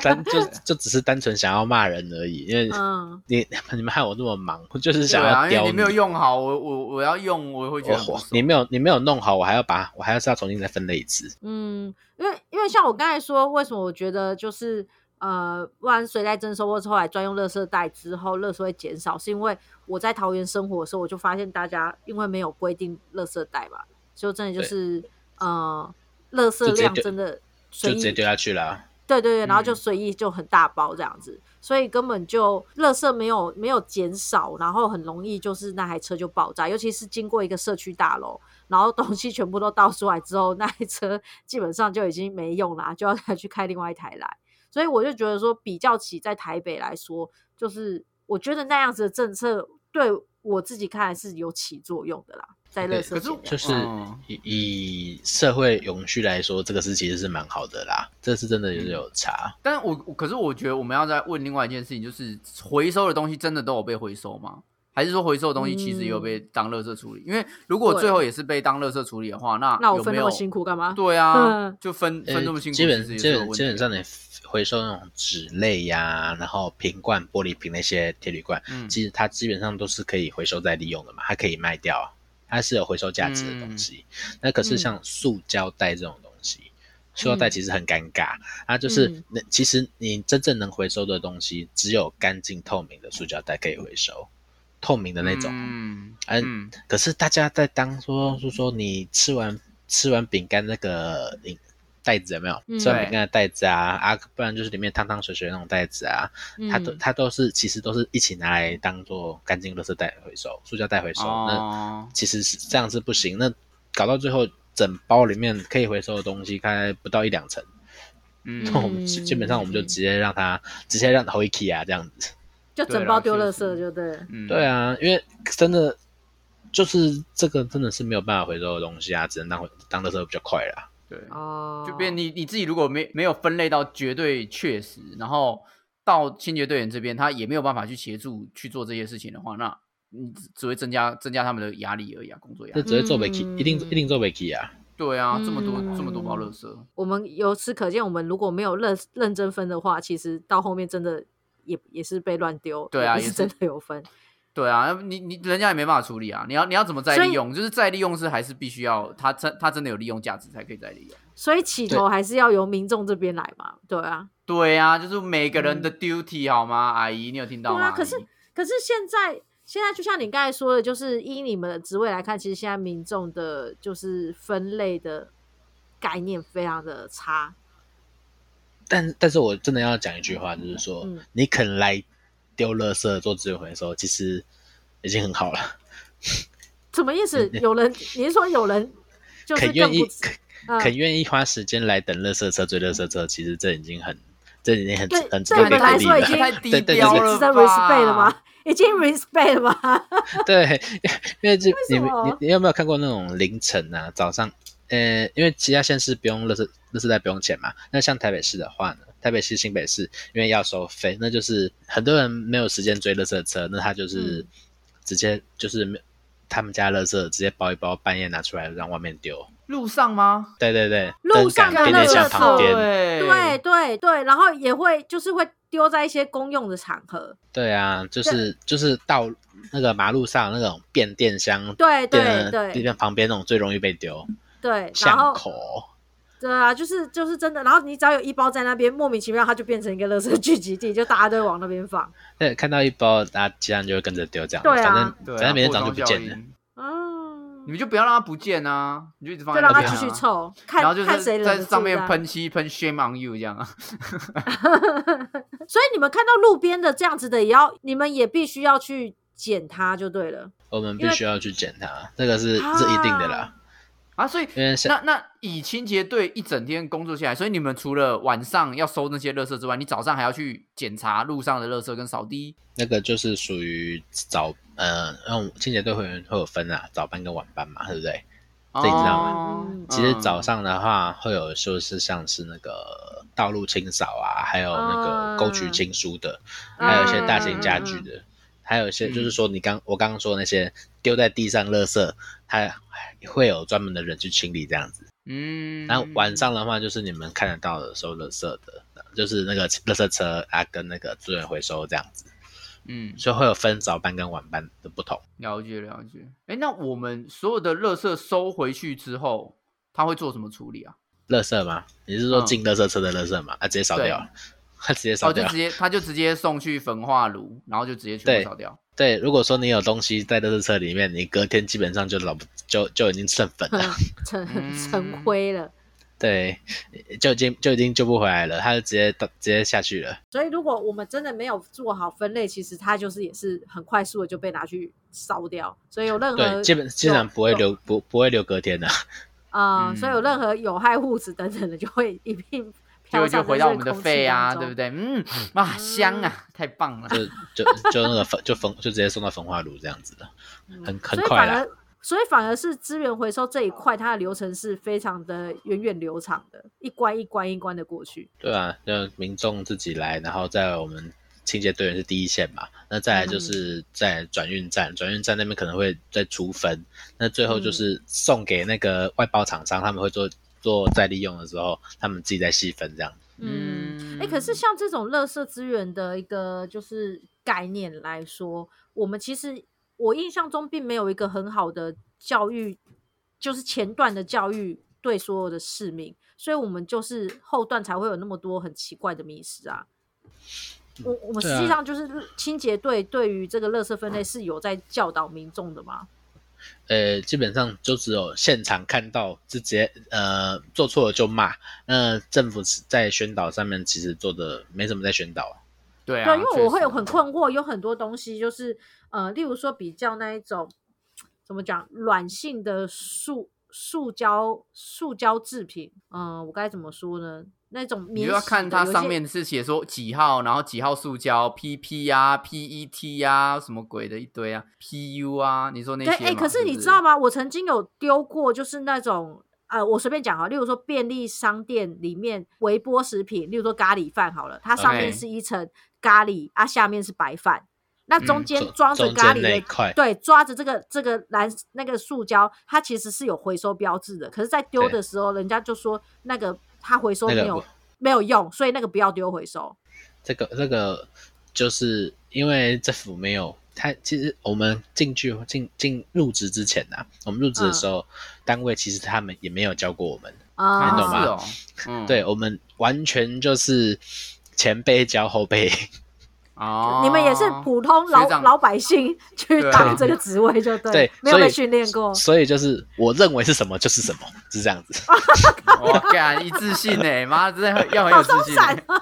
S3: 单就就只是单纯想要骂人而已，因为
S1: 嗯，
S3: 你 你们害我那么忙，我就是
S2: 对
S3: 想要
S2: 啊，因
S3: 刁
S2: 为你没有用好，我我我要用，我会觉得很不
S3: 我
S2: 爽
S3: 你没有你没有弄好，我还要把我还要是要重新再分类一次。
S1: 嗯，因为因为像我刚才说，为什么我觉得就是呃，不然随袋征收或是后来专用垃圾袋之后，垃圾会减少，是因为我在桃园生活的时候，我就发现大家因为没有规定垃圾袋嘛，就真的就是呃，垃圾量真的
S3: 就
S1: 随
S3: 直接
S1: 意
S3: 丢下去啦。
S1: 对对对，然后就
S2: 嗯
S1: 随意就很大包这样子，所以根本就垃圾没有没有减少，然后很容易就是那台车就爆炸，尤其是经过一个社区大楼，然后东西全部都倒出来之后，那台车基本上就已经没用啦，就要再去开另外一台来。所以我就觉得说，比较起在台北来说，就是我觉得那样子的政策对我自己看来是有起作用的啦，在垃
S3: 对
S1: 圾
S2: 可是
S1: 减量
S3: 就是
S2: 嗯
S3: 以以社会永续来说，这个事其实是蛮好的啦，这是真
S2: 嗯
S3: 的也是有差。
S2: 但我我可是我觉得我们要再问另外一件事情，就是回收的东西真的都有被回收吗？还是说回收的东西其实也有被当垃圾处理？因为如果
S1: 嗯对
S2: 最后也是被当垃圾处理的话，那
S1: 那我
S2: 有
S1: 分
S2: 没
S1: 那
S2: 有
S1: 么辛苦干嘛？
S2: 对啊
S1: 嗯，
S2: 就分分那么辛苦，其
S3: 基
S2: 实
S3: 本
S2: 也
S3: 基
S2: 是有问
S3: 本
S2: 题
S3: 基本上你回收那种纸类呀、然后瓶罐、玻璃瓶那些铁铝罐，
S2: 嗯
S3: 其实它基本上都是可以回收再利用的嘛，它可以卖掉，它是有回收价值的东西。那可是像塑胶袋这种东西，塑胶袋其实很尴尬，它就是
S1: 嗯
S3: 那、其实你真正能回收的东西，只有干净透明的塑胶袋可以回收，透明的那种。
S2: 嗯
S3: 嗯
S2: 嗯
S3: 可是大家在当说是说你吃完吃完饼干那个饮袋子有没有？
S1: 嗯
S3: 吃完饼干的袋子啊啊，不然就是里面汤汤水水那种袋子啊，它都
S1: 嗯
S3: 它都是其实都是一起拿来当做干净垃圾袋回收、塑胶袋回收。那
S2: 哦，
S3: 其实是这样是不行，那搞到最后整包里面可以回收的东西，大概不到一两成，
S2: 嗯
S3: 那、
S1: 嗯
S3: 我们基基本上我们就直接让它直接让 h o i k 啊这样子。
S1: 就整
S2: 对啦
S1: 包丢
S2: 确
S1: 垃
S2: 实
S1: 圾就对了。
S2: 嗯
S3: 对啊，因为真的就是这个真的是没有办法回收的东西啊，只能当回当垃圾比较快啦。
S2: 对，
S1: 哦，
S2: 就变你你自己如果没没有分类到绝对确实，然后到清洁队员这边他也没有办法去协助去做这些事情的话，那你只只会增加增加他们的压力而已啊，工作压
S3: 这
S2: 力。
S3: 只会做 wiki，、
S1: 嗯
S3: 一定一定做 wiki 啊。
S2: 对啊，这么多、
S1: 嗯
S2: 这么多包垃圾，
S1: 我们由此可见，我们如果没有认认真分的话，其实到后面真的也也是被乱丢，
S2: 对啊
S1: 也不
S2: 也
S1: 是
S2: 是
S1: 真的有分。
S2: 对啊，你你人家也没办法处理啊，你要你要怎么再
S1: 所以
S2: 利用？就是再利用是还是必须要它真它真的有利用价值才可以再利用。
S1: 所以起头还是要由民众这边来嘛，对啊。
S2: 对啊，就是每个人的 duty 好吗？阿姨，你有听到吗？
S1: 对啊可
S2: 阿姨
S1: 是可是现在现在就像你刚才说的，就是依你们的职位来看，其实现在民众的就是分类的概念非常的差。
S3: 但但是我真的要讲一句话，就是说、
S1: 嗯
S3: 你肯来丢垃圾做资源回收，其实已经很好了。
S1: 什么意思？有人你是说有人就是
S3: 肯
S1: 更
S3: 愿意
S1: 不知嗯
S3: 肯愿意花时间来等垃圾车追垃圾车，其实这已经很这已经很
S1: 对
S3: 很值
S1: 对
S3: 得
S1: 你
S3: 被
S1: 们来
S3: 鼓励
S1: 说已经
S3: 了。
S2: 太低
S3: 对对
S2: 标
S1: 已
S3: 对
S1: 经
S2: 了
S1: 值得
S2: 吧
S1: respect 了吗？已经 respect 了吗？
S3: 对，因为这你
S1: 什
S3: 们
S1: 么
S3: 你你有没有看过那种凌晨啊，早上，呃，因为其他县市不用垃圾垃圾袋不用钱嘛，那像台北市的话呢，台北市、新北市因为要收费，那就是很多人没有时间追垃圾车，那他就是
S1: 嗯
S3: 直接就是没他们家垃圾直接包一包，半夜拿出来让外面丢。
S2: 路上吗？
S3: 对对对，
S1: 路
S3: 灯
S1: 上
S3: 杆
S1: 的垃
S3: 变电
S1: 圾欸
S3: 箱旁
S1: 车
S3: 边，
S1: 对对对，然后也会就是会丢在一些公用的场合，
S3: 对啊，就是就是到那个马路上那种变电箱，
S1: 对对
S3: 变
S1: 对
S3: 变旁边那种最容易被丢，
S1: 对，然
S3: 巷
S1: 后
S3: 口。
S1: 对啊，就是就是真的，然后你只要有一包在那边，莫名其妙它就变成一个垃圾聚集地，就大家都往那边放
S3: 对，看到一包，大家其他人就会跟着丢，这样。
S1: 对啊
S3: 反正
S2: 对啊，
S3: 反正明天早上
S2: 扩
S3: 就不
S2: 张效
S3: 见了。
S2: 应
S1: 啊
S2: 你，们就不要让它不见啊，你就一直放
S1: 就
S2: 在
S1: 让
S2: 那
S1: 它
S2: 边
S1: 继
S2: 啊
S1: 续臭，看
S2: 然后就
S1: 看谁
S2: 是
S1: 忍
S2: 在
S1: 得住
S2: 上面
S1: 这样
S2: 喷漆喷 shame on you 这样啊。
S1: 所以你们看到路边的这样子的，也要你们也必须要去捡它就对了。
S3: 我们
S1: 因
S3: 必
S1: 为
S3: 须要去捡它，这个是是一定的啦。
S2: 啊，所以
S3: 因为像
S2: 那那以清洁队一整天工作下来，所以你们除了晚上要收那些垃圾之外，你早上还要去检查路上的垃圾跟扫地。
S3: 那个就是属于早，呃，那种清洁队会员会有分啊，早班跟晚班嘛，对不对？
S2: 这
S3: 你知道
S1: 吗嗯
S3: 其实早上的话，会有就是像是那个道路清扫啊，还有那个沟渠清疏的，
S1: 嗯
S3: 还有一些大型家具的，还有一些就是说你刚我刚刚说的那些丢在地上垃圾，它会有专门的人去清理这样子。
S2: 嗯，
S3: 那晚上的话，就是你们看得到的收垃圾的，就是那个垃圾车啊，跟那个资源回收这样子，
S2: 嗯，
S3: 所以会有分早班跟晚班的不同。
S2: 了解了解。哎，那我们所有的垃圾收回去之后，他会做什么处理啊？
S3: 垃圾吗？你是说
S2: 嗯
S3: 进垃圾车的垃圾吗？啊，直接扫掉。 他直接烧
S2: 哦，就
S3: 掉。
S2: 直接他就直接送去焚化炉，然后就直接全
S3: 对
S2: 部烧掉。
S3: 对，如果说你有东西在垃圾车里面，你隔天基本上就老不就就已经剩粉 了，
S1: 成成
S2: 嗯
S1: 灰了。
S3: 对，就已经就已经救不回来了，他就直接到直接下去了。
S1: 所以，如果我们真的没有做好分类，其实它就是也是很快速的就被拿去烧掉。所以有
S2: 呃
S1: 任何
S3: 对，基本基本上不会
S1: 有
S3: 留不不会留隔天的、
S1: 啊、
S2: 嗯
S1: 所以有任何有害物质等等的就会一 并飘
S2: 就
S1: 上
S2: 就回到我们的肺啊，对不
S1: 对？
S2: 对？ 嗯，哇，香啊，太棒了！
S3: 就就就那个焚就焚就直接送到焚化炉这样子的，很很
S1: 所以
S3: 快
S1: 反
S3: 啦。
S1: 而，所以反而是资源回收这一块，它的流程是非常的源远流长的，一关一关一关的过去。
S3: 对啊，就民众自己来，然后再来我们清洁队员是第一线嘛，那再来
S1: 嗯
S3: 就是在转运站，转运站那边可能会再除分，那最
S1: 嗯
S3: 后就是送给那个外包厂商，他们会做做再利用的时候，他们自己再细分这样。
S1: 嗯，哎、可是像这种垃圾资源的一个就是概念来说，我们其实我印象中并没有一个很好的教育，就是前段的教育对所有的市民，所以我们就是后段才会有那么多很奇怪的迷失啊。我我们
S3: 对
S1: 实际
S3: 啊
S1: 上就是清洁队对于这个垃圾分类是有在教导民众的嘛？
S3: 呃，基本上就只有现场看到，直接呃做错了就骂。那政府在宣导上面其实做的没什么在宣导啊。
S2: 对啊，
S1: 对，因为我会
S2: 确实
S1: 很困惑，有很多东西就是呃，例如说比较那一种怎么讲软性的塑塑胶塑胶制品，嗯、我该怎么说呢？那种
S2: 你
S1: 免
S2: 就要
S1: 洗
S2: 看
S1: 的
S2: 它
S1: 有一
S2: 上
S1: 些
S2: 面是写说几号，然后几号塑胶 PP 啊、PET 啊，什么鬼的一堆啊，PU 啊，你说那些
S1: 对，
S2: 嘛？
S1: 哎、可是
S2: 不
S1: 你知道吗？我曾经有丢过，就是那种呃，我随便讲哈，例如说便利商店里面微波食品，例如说咖喱饭好了，它上面
S2: OK
S1: 是一层咖喱啊，下面是白饭，那中
S2: 嗯
S1: 间
S3: 中
S1: 装着
S3: 中
S1: 咖喱
S3: 间那
S1: 的
S3: 一块
S1: 对，抓着这个这个蓝那个塑胶，它其实是有回收标志的，可是，在丢
S3: 对
S1: 的时候，人家就说那个它回收
S3: 那个
S1: 没有、
S3: 不
S1: 没有用，所以那个不要丢回收。
S3: 这个这个就是因为政府没有，他其实我们进去进进入职之前呐、我们入
S1: 嗯
S3: 职的时候，单位其实他们也没有教过我们，
S1: 啊、
S2: 啊
S3: 你懂吗
S2: 是哦，嗯，
S3: 对我们完全就是前辈教后辈，
S2: 哦，
S1: 你们也是普通老
S2: 学长
S1: 老百 姓去
S2: 对啊
S1: 当这个职位就对，
S3: 对，
S1: 没有
S3: 所
S1: 被
S3: 以
S1: 训练过。啊
S3: 所以就是我认为是什么就是什么，是这样子。
S2: 我干一致性哎，妈，真的要很
S1: 好啊
S2: 有自
S1: 松
S2: 信欸。
S1: 散哦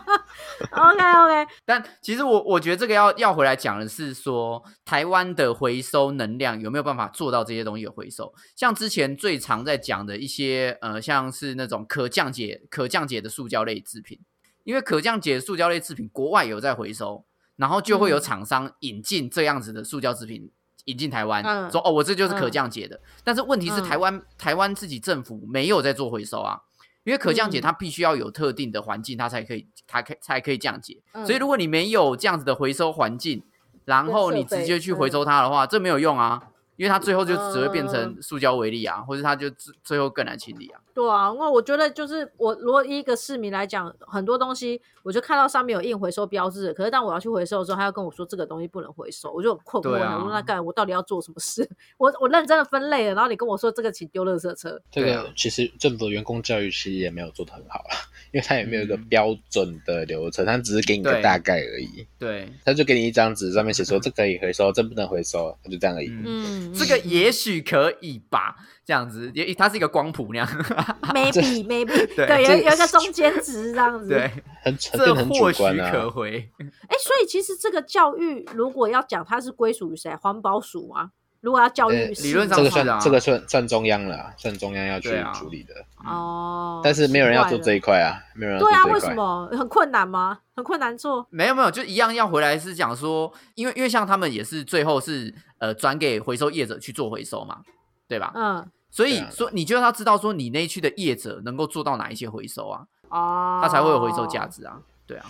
S1: ，OK OK，
S2: 但其实我我觉得这个要要回来讲的是说，台湾的回收能量有没有办法做到这些东西的回收？像之前最常在讲的一些呃，像是那种可降解、可降解的塑胶类制品，因为可降解的塑胶类制品国外有在回收，然后就会有
S1: 嗯
S2: 厂商引进这样子的塑胶制品引进台湾，
S1: 嗯
S2: 说哦，我这就是可
S1: 嗯
S2: 降解的。但是问题是
S1: 嗯
S2: 台湾、台湾自己政府没有在做回收啊。因为可降
S1: 嗯
S2: 解它必须要有特定的环境，它才可以，它可才可以降解。
S1: 嗯
S2: 所以如果你没有这样子的回收环境，然后你直接去
S1: 嗯
S2: 回收它的话，这没有用啊，因为它最后就只会变
S1: 嗯
S2: 成塑胶为例啊，或者它就最最后更难清理啊。
S1: 对啊，因为我觉得就是我如果以一个市民来讲，很多东西我就看到上面有印回收标志，可是当我要去回收的时候，他要跟我说这个东西不能回收，我就很困惑，
S2: 对啊
S1: 我说那干我到底要做什么事？我我认真的分类了，然后你跟我说这个请丢垃圾车，
S3: 这
S2: 对啊
S3: 个其实政府的员工教育其实也没有做得很好啦，因为他也没有一个
S2: 嗯
S3: 标准的流程，他只是给你一个
S2: 对
S3: 大概而已。
S2: 对，
S3: 他就给你一张纸，上面写说这可以回收，这不能回收，他就 这样而已。
S2: 嗯，
S1: 嗯，
S2: 这个也许可以吧，这样子也它是一个光谱那
S1: 嗯
S2: 样，
S1: maybe maybe
S2: 对
S1: 对，有
S3: 这
S1: 有一个中间值这 样子，
S2: 对，
S3: 很很
S2: 这
S3: 变得很
S2: 或
S3: 主
S2: 许
S3: 观啊。
S2: 可回。
S1: 哎，所以其实这个教育如果要讲它是归属于谁，啊环保署吗？如果要教育
S3: 呃
S1: 市
S2: 理
S1: 民
S2: 论上
S3: 这个
S2: 是啊
S3: 算这个算算中央了啊，算中央要去
S2: 对啊
S3: 处理的，
S1: 哦，
S3: 但是没有人要做
S1: 奇怪了
S3: 这一块啊，没有人要
S1: 对啊，
S3: 做
S1: 为
S3: 这
S1: 什
S3: 一块。
S1: 么很困难吗？很困难做？
S2: 没有没有，就一样要回来是讲说，因为因为像他们也是最后是呃转给回收业者去做回收嘛，对吧？
S1: 嗯，
S2: 所以
S3: 对啊
S2: 说你就要知道说你那一区的业者能够做到哪一些回收啊，
S1: 哦，
S2: 它才会有回收价，值啊。对啊，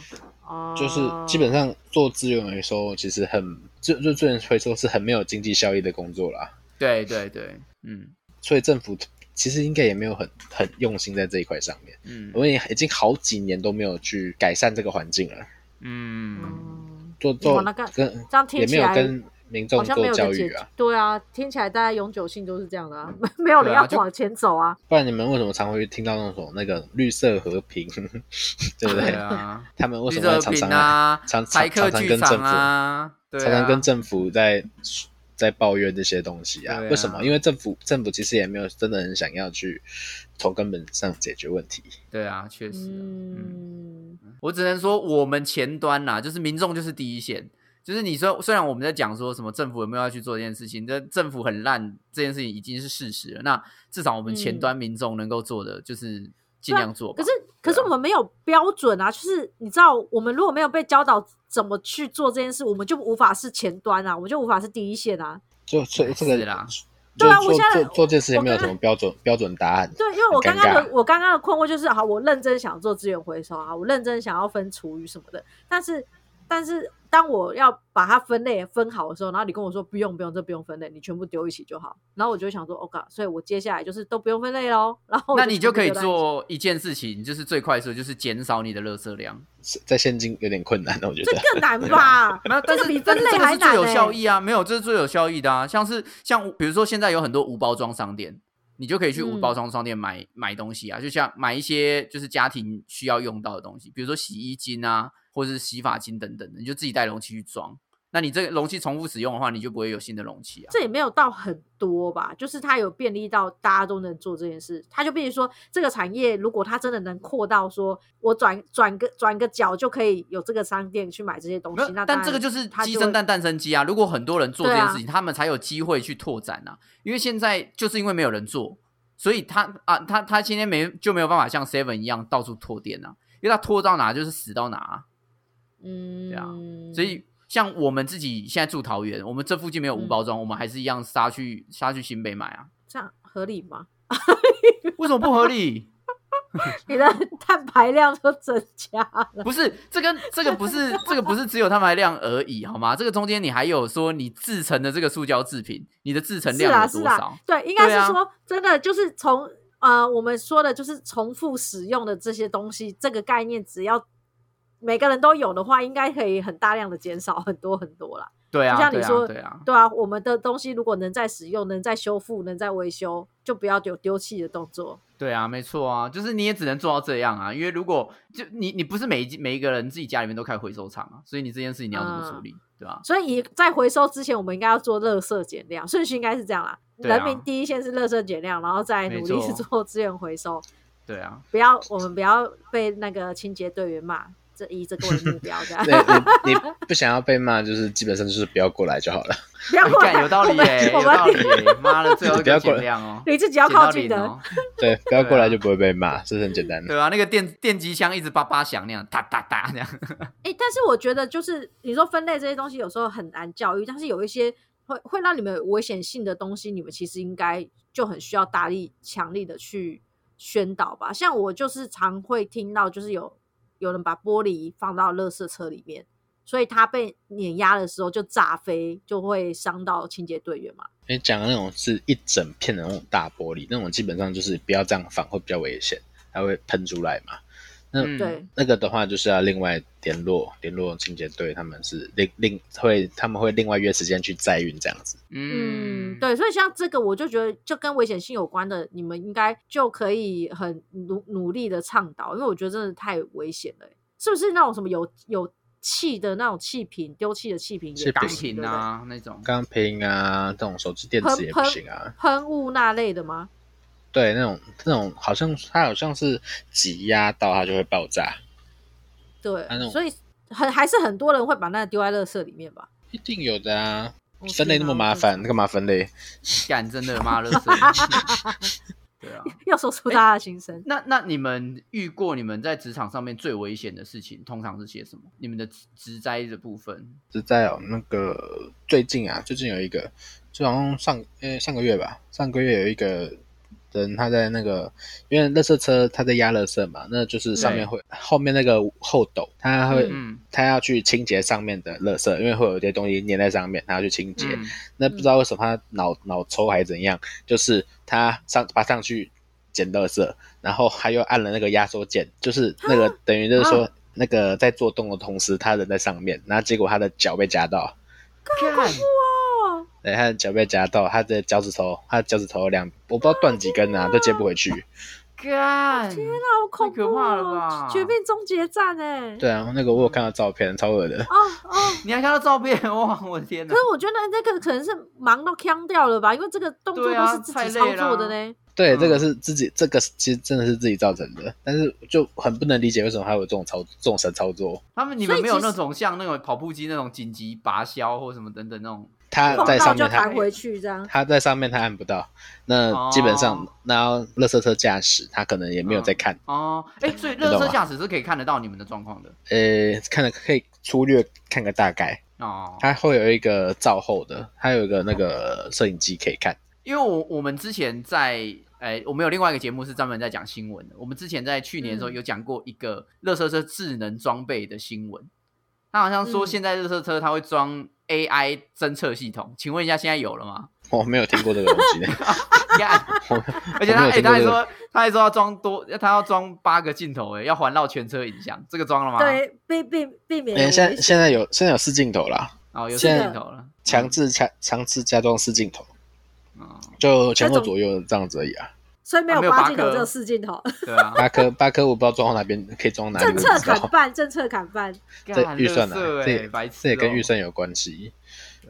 S1: 哦，
S3: 就是基本上做资源回收，其实很就就资源回收是很没有经济效益的工作啦，
S2: 对对对，嗯
S3: 所以政府其实应该也没有很很用心在这一块上面。
S2: 嗯
S3: 我们也已经好几年都没有去改善这个环境了，
S2: 嗯，
S1: 嗯，
S3: 做
S1: 哇
S3: 做
S1: 那个
S3: 跟
S1: 这样听
S3: 也没
S1: 起
S3: 有
S1: 来
S3: 跟民
S1: 好
S3: 众
S1: 像没
S3: 做
S1: 有一
S3: 教
S1: 个解
S3: 育
S1: 决
S3: 啊，。
S1: 对啊，听起来大家永久性都是这样的啊， 没有人
S2: 对啊
S1: 要
S2: 就
S1: 往前走啊。
S3: 不然你们为什么常会听到那种那个绿色和平， 对不
S2: 对
S3: 对？
S2: 啊，
S3: 他们为
S2: 绿
S3: 什么
S2: 色
S3: 常
S2: 品
S3: 常
S2: 啊，
S3: 常
S2: 台
S3: 常
S2: 客
S3: 常常
S2: 剧
S3: 跟政
S2: 场
S3: 府
S2: 啊，对
S3: 常常
S2: 啊，
S3: 跟政府在在抱怨这些东西啊？
S2: 对啊
S3: 为什么？因为政府政府其实也没有真的很想要去从根本上解决问题。
S2: 对啊，确实啊、
S1: 嗯，
S2: 我只能说我们前端啦、就是民众就是第一线。就是你说，虽然我们在讲说什么政府有没有要去做这件事情，但政府很烂这件事情已经是事实了。那至少我们前端民众能够做的，就是尽量做吧。
S1: 嗯啊可是可是我们没有标准啊，就是你知道，我们如果没有被教导怎么去做这件事，我们就无法是前端啊，我们就无法是第一线啊。
S3: 就所以这个
S2: 哎是啦
S3: 就
S1: 对啊我
S3: 做
S1: 现在
S3: 做做这件事情没有
S1: 我刚
S3: 什么标准标准答案。
S1: 对，因为我刚
S3: 很尴
S1: 刚的
S3: 尬
S1: 我刚刚的困惑就是，好，我认真想做资源回收啊，我认真想要分厨余什么的，但是但是当我要把它分类分好的时候，然后你跟我说不用不用，这不用分类，你全部丢一起就好，然后我就想说，OK，所以我接下来就是都不用分类喽，然后我
S2: 那你
S1: 全
S2: 就
S1: 部
S2: 可以
S1: 丢在一起
S2: 做一件事情，就是最快速，就是减少你的垃圾量。
S3: 在现今有点困难，我觉
S1: 这
S3: 得。
S1: 更难吧？
S2: 没有，
S1: 这
S2: 但
S1: 个
S2: 是
S1: 比
S2: 但
S1: 分
S2: 是这
S1: 类
S2: 个
S1: 还
S2: 是最
S1: 难
S2: 有
S1: 欸
S2: 效益啊，没有，这是最有效益的啊。像是像比如说现在有很多无包装商店，你就可以去无
S1: 嗯
S2: 包装商店买、买东西啊，就像买一些就是家庭需要用到的东西，比如说洗衣精啊，或者是洗发精等等的，你就自己带容器去装。那你这个容器重复使用的话，你就不会有新的容器啊。
S1: 这也没有到很多吧，就是它有便利到大家都能做这件事。它就变成说，这个产业如果它真的能扩到说，我转转个转个角就可以有这个商店去买这些东
S2: 没
S1: 西，
S2: 有
S1: 那，
S2: 但
S1: 当
S2: 这个
S1: 然
S2: 就是
S1: 它
S2: 鸡
S1: 就
S2: 生
S1: 会
S2: 蛋，蛋生鸡啊！如果很多人做这
S1: 对
S2: 件
S1: 啊
S2: 事情，他们才有机会去拓展啊。因为现在就是因为没有人做，所以他啊，他他今天没就没有办法像 Seven 一样到处拓店啊，因为他拓到哪就是死到哪、啊。
S1: 嗯，
S2: 对啊所以像我们自己现在住桃园，我们这附近没有无
S1: 嗯
S2: 包装，我们还是一样杀去杀去新北买啊。
S1: 这样合理 吗？
S2: 为什么不合理？
S1: 你的碳排量就增加 了，
S2: 不是这跟这个不是这个不是只有他们量而已好吗？这个中间你还有说你制成的这个塑胶制品，你的制成
S1: 是
S2: 量
S1: 啊
S2: 有
S1: 是
S2: 多少？
S1: 啊，对，应该
S2: 对啊
S1: 是说、真的就是从呃我们说的就是重复使用的这些东西，这个概念只要每个人都有的话，应该可以很大量的减少很多很多啦。
S2: 对啊，
S1: 就像你
S2: 对啊
S1: 说
S2: 对啊，
S1: 对啊，我们的东西如果能再使用、能再修复、能再维修，就不要有丢弃的动作。
S2: 对啊，没错啊，就是你也只能做到这样啊，因为如果就你你不是每一每一个人自己家里面都开回收厂啊，所以你这件事情你要怎么
S1: 嗯
S2: 处理，对吧、
S1: 所以以在回收之前，我们应该要做垃圾减量，顺序应该是这样啦。
S2: 对啊
S1: 人民第一先是垃圾减量，然后再
S2: 没
S1: 努力去
S2: 错
S1: 做资源回收。
S2: 对啊，
S1: 不要，我们不要被那个清洁队员骂，这以这个为目标，这样
S3: 你你你不想要被骂，就是基本上就是不要过来就好了。
S1: 不要过
S2: 哎干
S1: 来，
S2: 有道理
S1: 我们
S2: 耶、
S1: 我
S2: 有
S1: 们
S2: 道理耶、妈的，最后一
S3: 不要
S2: 个
S3: 过来
S2: 减量哦，
S1: 你自己要
S2: 减到
S1: 靠近
S2: 零
S1: 的，
S2: 哦，
S3: 对，不要过
S2: 啊
S3: 来就不会被骂，这是很简单的。
S2: 对啊，那个电电击枪一直叭叭响那样，哒哒哒那样，
S1: 哎、但是我觉得就是你说分类这些东西有时候很难教育，但是有一些会会让你们有危险性的东西，你们其实应该就很需要大力、强力的去宣导吧。像我就是常会听到，就是有有人把玻璃放到垃圾车里面，所以它被碾压的时候就炸飞，就会伤到清洁队员嘛。
S3: 你讲的那种是一整片的那种大玻璃，那种基本上就是不要这样放，会比较危险，它会喷出来嘛。那、
S2: 嗯
S1: 对，
S3: 那个的话，就是要另外联络联络清洁队，他们是另另会他们会另外约时间去载运这样子。
S1: 嗯
S2: 嗯，，
S1: 对，所以像这个，我就觉得就跟危险性有关的，你们应该就可以很努努力的倡导，因为我觉得真的太危险了欸、是不是那种什么有有气的那种气瓶，丢弃的气瓶也
S3: 气
S1: 不
S2: 钢
S1: 行，
S3: 瓶
S1: 对
S2: 琴
S1: 不对
S2: 啊那种，
S3: 钢瓶啊，这种手机电池也不行啊。
S1: 喷雾那类的吗？
S3: 对，那种那种好像它好像是挤压到它就会爆炸，
S1: 对
S3: 那，种
S1: 所以很还是很多人会把那个丢在垃圾里面吧。
S3: 一定有的啊。
S1: 我
S3: 分类那
S1: 天
S3: 么
S1: 哪
S3: 麻
S1: 我真
S3: 烦，干嘛分类？
S2: 干真的妈的垃圾， 对啊。
S1: 是又说出大家的心声。
S2: 那那你们遇过你们在职场上面最危险的事情，通常是些什么？你们的职职灾的部分，
S3: 是在哦，那个最近啊，最近有一个，就好像上呃上个月吧，上个月有一个人他在那个，因为垃圾车他在压垃圾嘛，那就是上面会后面那个后斗，他会、
S2: 嗯
S3: 他要去清洁上面的垃圾，因为会有一些东西粘在上面，他要去清洁。
S2: 嗯，
S3: 那不知道为什么他脑脑抽还是怎样，就是他上爬上去捡垃圾，然后他又按了那个压缩键，就是那
S2: 啊
S3: 个等于就是说那个在做动的同时，他人在上面，然后结果他的脚被夹到，
S2: 干
S1: 哦
S3: 对，他的脚被夹到，他的脚趾头，他的脚趾头有两，我不知道断几根啊，都接不回去。
S2: 干，
S1: 天哪，好恐怖、
S2: 可
S1: 哦！
S2: 怕了吧
S1: 绝命终结战哎、
S3: 对啊，那个我有看到照片，超恶的。
S1: 哦哦，
S2: 你还看到照片？ 哇，我的天哪
S1: 可！是我觉得那个可能是忙到呛掉了吧，因为这个动作
S2: 对
S1: 都
S2: 啊
S1: 是自
S2: 太
S1: 己
S2: 累
S1: 操作的
S2: 啦
S1: 呢。
S3: 对，这
S2: 嗯
S3: 个是自己，这个是其实真的是自己造成的，但是就很不能理解为什么还有这种操这种神操作。
S2: 他们你
S1: 所
S2: 们
S1: 以
S2: 没有
S1: 其实
S2: 那种像那种跑步机那种紧急拔销或什么等等那种
S3: 他
S1: 碰
S3: 在
S1: 到
S3: 上
S1: 就
S3: 面他
S1: 弹回去这样。
S3: 他在上面他按不到，那基本上
S2: 哦
S3: 然后垃圾车驾驶他可能也没有在看，
S2: 哦。哎、所以
S3: 懂
S2: 热车
S3: 吗
S2: 驾驶是可以看得到你们的状况的
S3: 呃，看了可以粗略看个大概，
S2: 哦。
S3: 它会有一个照后的，它有一个那个摄影机可以看。
S2: 因为我我们之前在哎，我们有另外一个节目是专门在讲新闻的。我们之前在去年的时候
S1: 嗯
S2: 有讲过一个热车车智能装备的新闻，他好像说
S1: 嗯
S2: 现在热车车它会装 AI 侦测系统，请问一下现在有了吗？
S3: 我没有听过这个东西呢，
S2: 干
S3: 我
S2: 而且他
S3: 我没有
S2: 哎、
S3: 听
S2: 他
S3: 过
S2: 还
S3: 这个
S2: 说他还说要装多，他要装八个镜头哎、要环绕全车影像，这个装了吗？，
S1: 对，避避避免
S3: 哎、
S1: 有危
S3: 现在
S1: 险
S3: 现在有现在有四镜头啦，
S2: 哦，有
S3: 是
S2: 摄
S3: 的
S2: 镜头了，
S3: 强制强强制加装四镜头，
S2: 嗯，
S3: 就前后
S1: 这种
S3: 左右这样子而已啊。
S1: 所以没
S2: 啊
S1: 有
S2: 没有
S1: 八
S2: 八
S1: 镜头，
S2: 颗
S1: 只有四镜头。
S2: 对啊，
S3: 八颗八颗我不知道装到哪边，可以装哪里
S1: 政
S3: 我
S1: 策
S3: 啊不知
S1: 砍
S3: 道。
S1: 半，政策砍半
S3: 这
S2: 干
S3: 预算
S2: 垃
S3: 啊
S2: 圾，哎
S3: 这
S2: 白痴、哦，
S3: 这也跟预算有关系。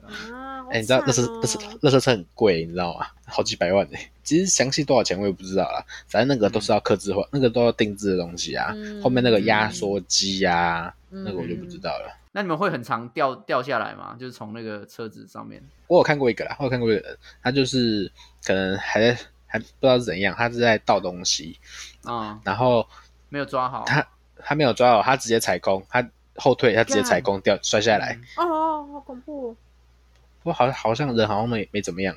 S1: 啊！好
S3: 哎、你知道
S1: 惨
S3: 那是
S1: 哦
S3: 那是那是车很贵，你知道吗？ 好几百万呢、其实详细多少钱我也不知道啦，反正那个都是要刻制化，那个都要定制的东西啊。
S1: 嗯
S3: 后面那个压缩机呀，
S1: 嗯
S3: 那个我就不知道了。
S2: 那你们会很常掉掉下来吗？就是从那个车子上面，
S3: 我有看过一个啦，我有看过一个，他就是可能还在还不知道是怎样，他是在倒东西，
S2: 啊、
S3: 然后
S2: 没有抓好，
S3: 他他没有抓好，他直接踩空，他后退，他直接踩空掉摔下来。
S2: 嗯，
S1: 哦哦，好恐怖哦！
S3: 不过好像好像人好像没没怎么样。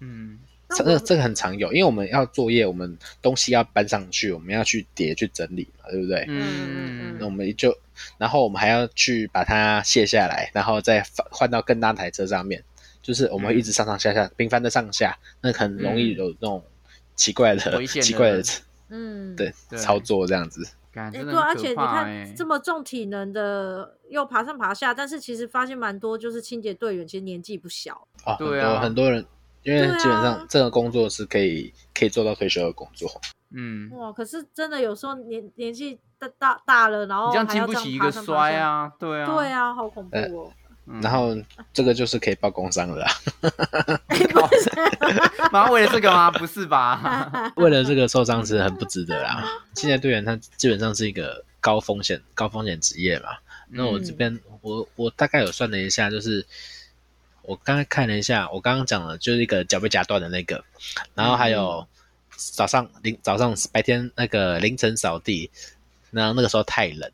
S2: 嗯，
S1: 那
S3: 这
S1: 我
S3: 个这个很常有，因为我们要作业，我们东西要搬上去，我们要去叠去整理嘛，对不对？
S1: 嗯嗯嗯
S3: 那我们就，然后我们还要去把它卸下来，然后再放换到更大台车上面，就是我
S2: 嗯
S3: 们会一直上上下下，频繁的上下，那很容易有那种奇怪的、
S2: 危险的
S3: 奇怪的
S1: 嗯，
S3: 对
S2: 对
S3: 操作这样子。
S2: 感
S1: 哎、
S2: 真的
S1: 对啊，而
S2: 很
S1: 且
S2: 可
S1: 你
S2: 怕、欸
S1: 看这
S2: 么
S1: 么重体能的，又爬上爬下，但是其实发现蛮多，就是清洁队员其实年纪不小，
S3: 哦，很
S2: 对
S3: 多
S2: 啊
S3: 很多人，因为
S1: 对啊
S3: 基本上这个工作是可以可以做到退休的工作。
S2: 嗯，你
S1: 哇！可是真的有时候年年纪大大大了，然后
S2: 这样
S1: 哦还
S2: 经
S1: 要
S2: 不
S1: 这样
S2: 起一
S1: 爬
S2: 个
S1: 上爬
S2: 摔
S1: 下，
S2: 啊，对啊，
S1: 对，啊，好恐怖
S3: 呃
S1: 哦！
S2: 嗯
S3: 然后这个就是可以报工伤了啊、
S2: 马上为了这个吗？不是吧？
S3: 为了这个受伤是很不值得啦。现在队员他基本上是一个高风险高风险职业嘛。 那
S2: 嗯
S3: 我这边、我我大概有算了一下，就是我刚才看了一下，我刚刚讲了就是一个脚被夹断的那个，然后还有早上凌早上白天那个凌晨扫地，然后那个时候太冷。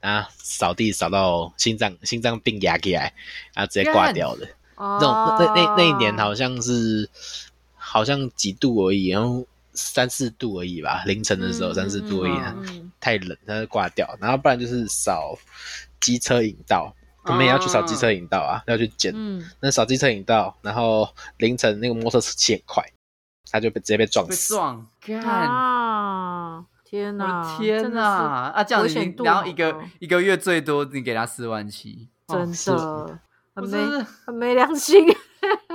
S3: 啊！扫地扫到心脏心脏病压起来，然后直接挂掉了。
S1: 哦
S3: 那种那那那一年
S2: 哦
S3: 好像是好像几度而已，然后三四度而已吧，凌晨的时候
S1: 嗯
S3: 三四度而已，
S2: 嗯
S1: 嗯
S3: 太冷，它就挂掉。然后不然就是扫机车引道，我们也要去扫机车引道啊，
S2: 哦
S3: 要去捡。
S1: 嗯，
S3: 那扫机车引道，然后凌晨那个摩托车骑很快，他就被直接被撞
S2: 被
S3: 死。
S2: 撞，
S1: 嗯
S2: 看。
S1: 啊！天
S2: 我的
S1: 哪！
S2: 天
S1: 哪！
S2: 呐！啊，这样
S1: 危
S2: 子
S1: 险
S2: 你，
S1: 度
S2: 然后
S1: 好
S2: 一个
S1: 高
S2: 一个月最多你给他四万七，哦
S1: 真
S3: 是
S1: 的很
S2: 我
S1: 没
S2: 真的是
S1: 很没良心。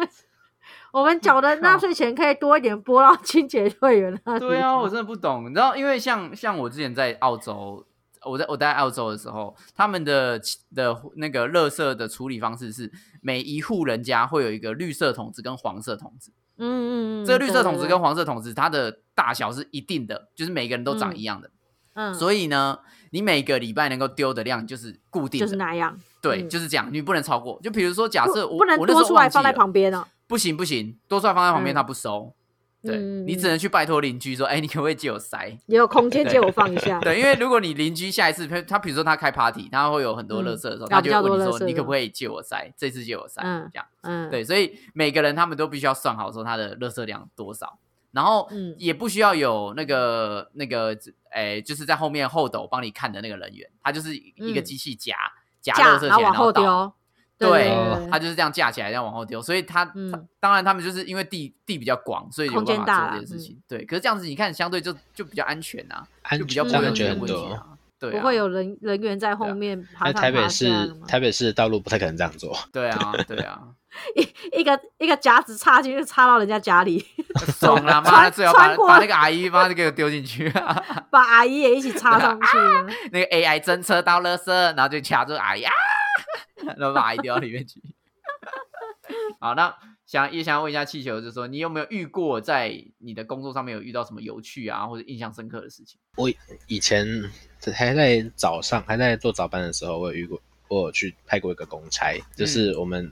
S1: 我们缴的纳
S2: 靠
S1: 税钱可以多一点拨到清洁队员那里。
S2: 对啊，我真的不懂。你知道，因为像像我之前在澳洲，我在我待在澳洲的时候，他们的的那个垃圾的处理方式是，每一户人家会有一个绿色桶子跟黄色桶子。
S1: 嗯嗯嗯，
S2: 这个绿色桶子
S1: 对
S2: 跟黄色桶子，它的大小是一定的，就是每个人都长一样的。
S1: 嗯，
S2: 所以呢，你每个礼拜能够丢的量就是固定
S1: 就
S2: 的，
S1: 是那样，
S2: 对，
S1: 嗯
S2: 就是这样，你不能超过。就比如说，假
S1: 不
S2: 设我
S1: 不能
S2: 我那时
S1: 多
S2: 候
S1: 出来
S2: 忘记
S1: 放在
S2: 了
S1: 旁边哦。
S2: 不行不行，多出来放在旁
S1: 嗯
S2: 边他不收，对
S1: 嗯
S2: 你只能去拜托邻居说，哎、你可不可以借我 塞？
S1: 也有空间借我放一下。
S2: 对，因为如果你邻居下一次，他他比如说他开 party，他会有很多垃圾的时候，
S1: 嗯
S2: 他就会问
S1: 比较
S2: 你
S1: 多垃圾
S2: 说，你可不可以借我塞？这次借我塞，
S1: 嗯
S2: 这样
S1: 嗯，
S2: 对，所以每个人他们都必须要算好说他的垃圾量多少，然后
S1: 嗯
S2: 也不需要有那个那个，哎、就是在后面后斗帮你看的那个人员，他就是一个
S1: 嗯
S2: 机器夹夹
S1: 架，
S2: 垃圾起来，
S1: 然后往后
S2: 倒
S1: 丢。
S2: 对
S3: 哦
S1: 对，
S2: 他就是这样架起来，这样往后丢，所以他,他、
S1: 嗯
S2: 当然他们就是因为地地比较广，所以有
S1: 空间
S2: 办
S1: 大
S2: 法做
S1: 啦嗯
S2: 这件事情。对，可是这样子你看，相对就就比较安全啊，
S3: 安
S2: 就比较
S1: 这样
S2: 不会
S3: 全
S2: 有
S3: 安
S2: 这
S3: 全
S2: 个
S3: 很
S2: 问题
S3: 多，
S2: 啊。对啊
S1: 不会有人人员在后
S3: 对啊
S1: 面爬
S3: 但
S1: 上
S3: 台北
S1: 爬下
S3: 市
S1: 的吗
S3: 台北市的道路不太可能这样做，
S2: 对啊，对 啊，
S1: 一一个一个夹子插进去，插到人家家 里，
S2: 爽啦！妈
S1: 穿
S2: 的，最好把
S1: 穿过
S2: 把那个阿姨妈就给我丢进去、啊，
S1: 把阿姨也一起插上去了。
S2: 那个 AI 侦测到垃圾，然后就卡住阿姨啊，然后把阿姨丢到里面去。 好，那想也想要问一下气球，就是说你有没有遇过在你的工作上面有遇到什么有趣啊或者印象深刻的事情？
S3: 以前还在早上还在做早班的时候，我有遇过，我有去派过一个公
S2: 嗯
S3: 差，就是我们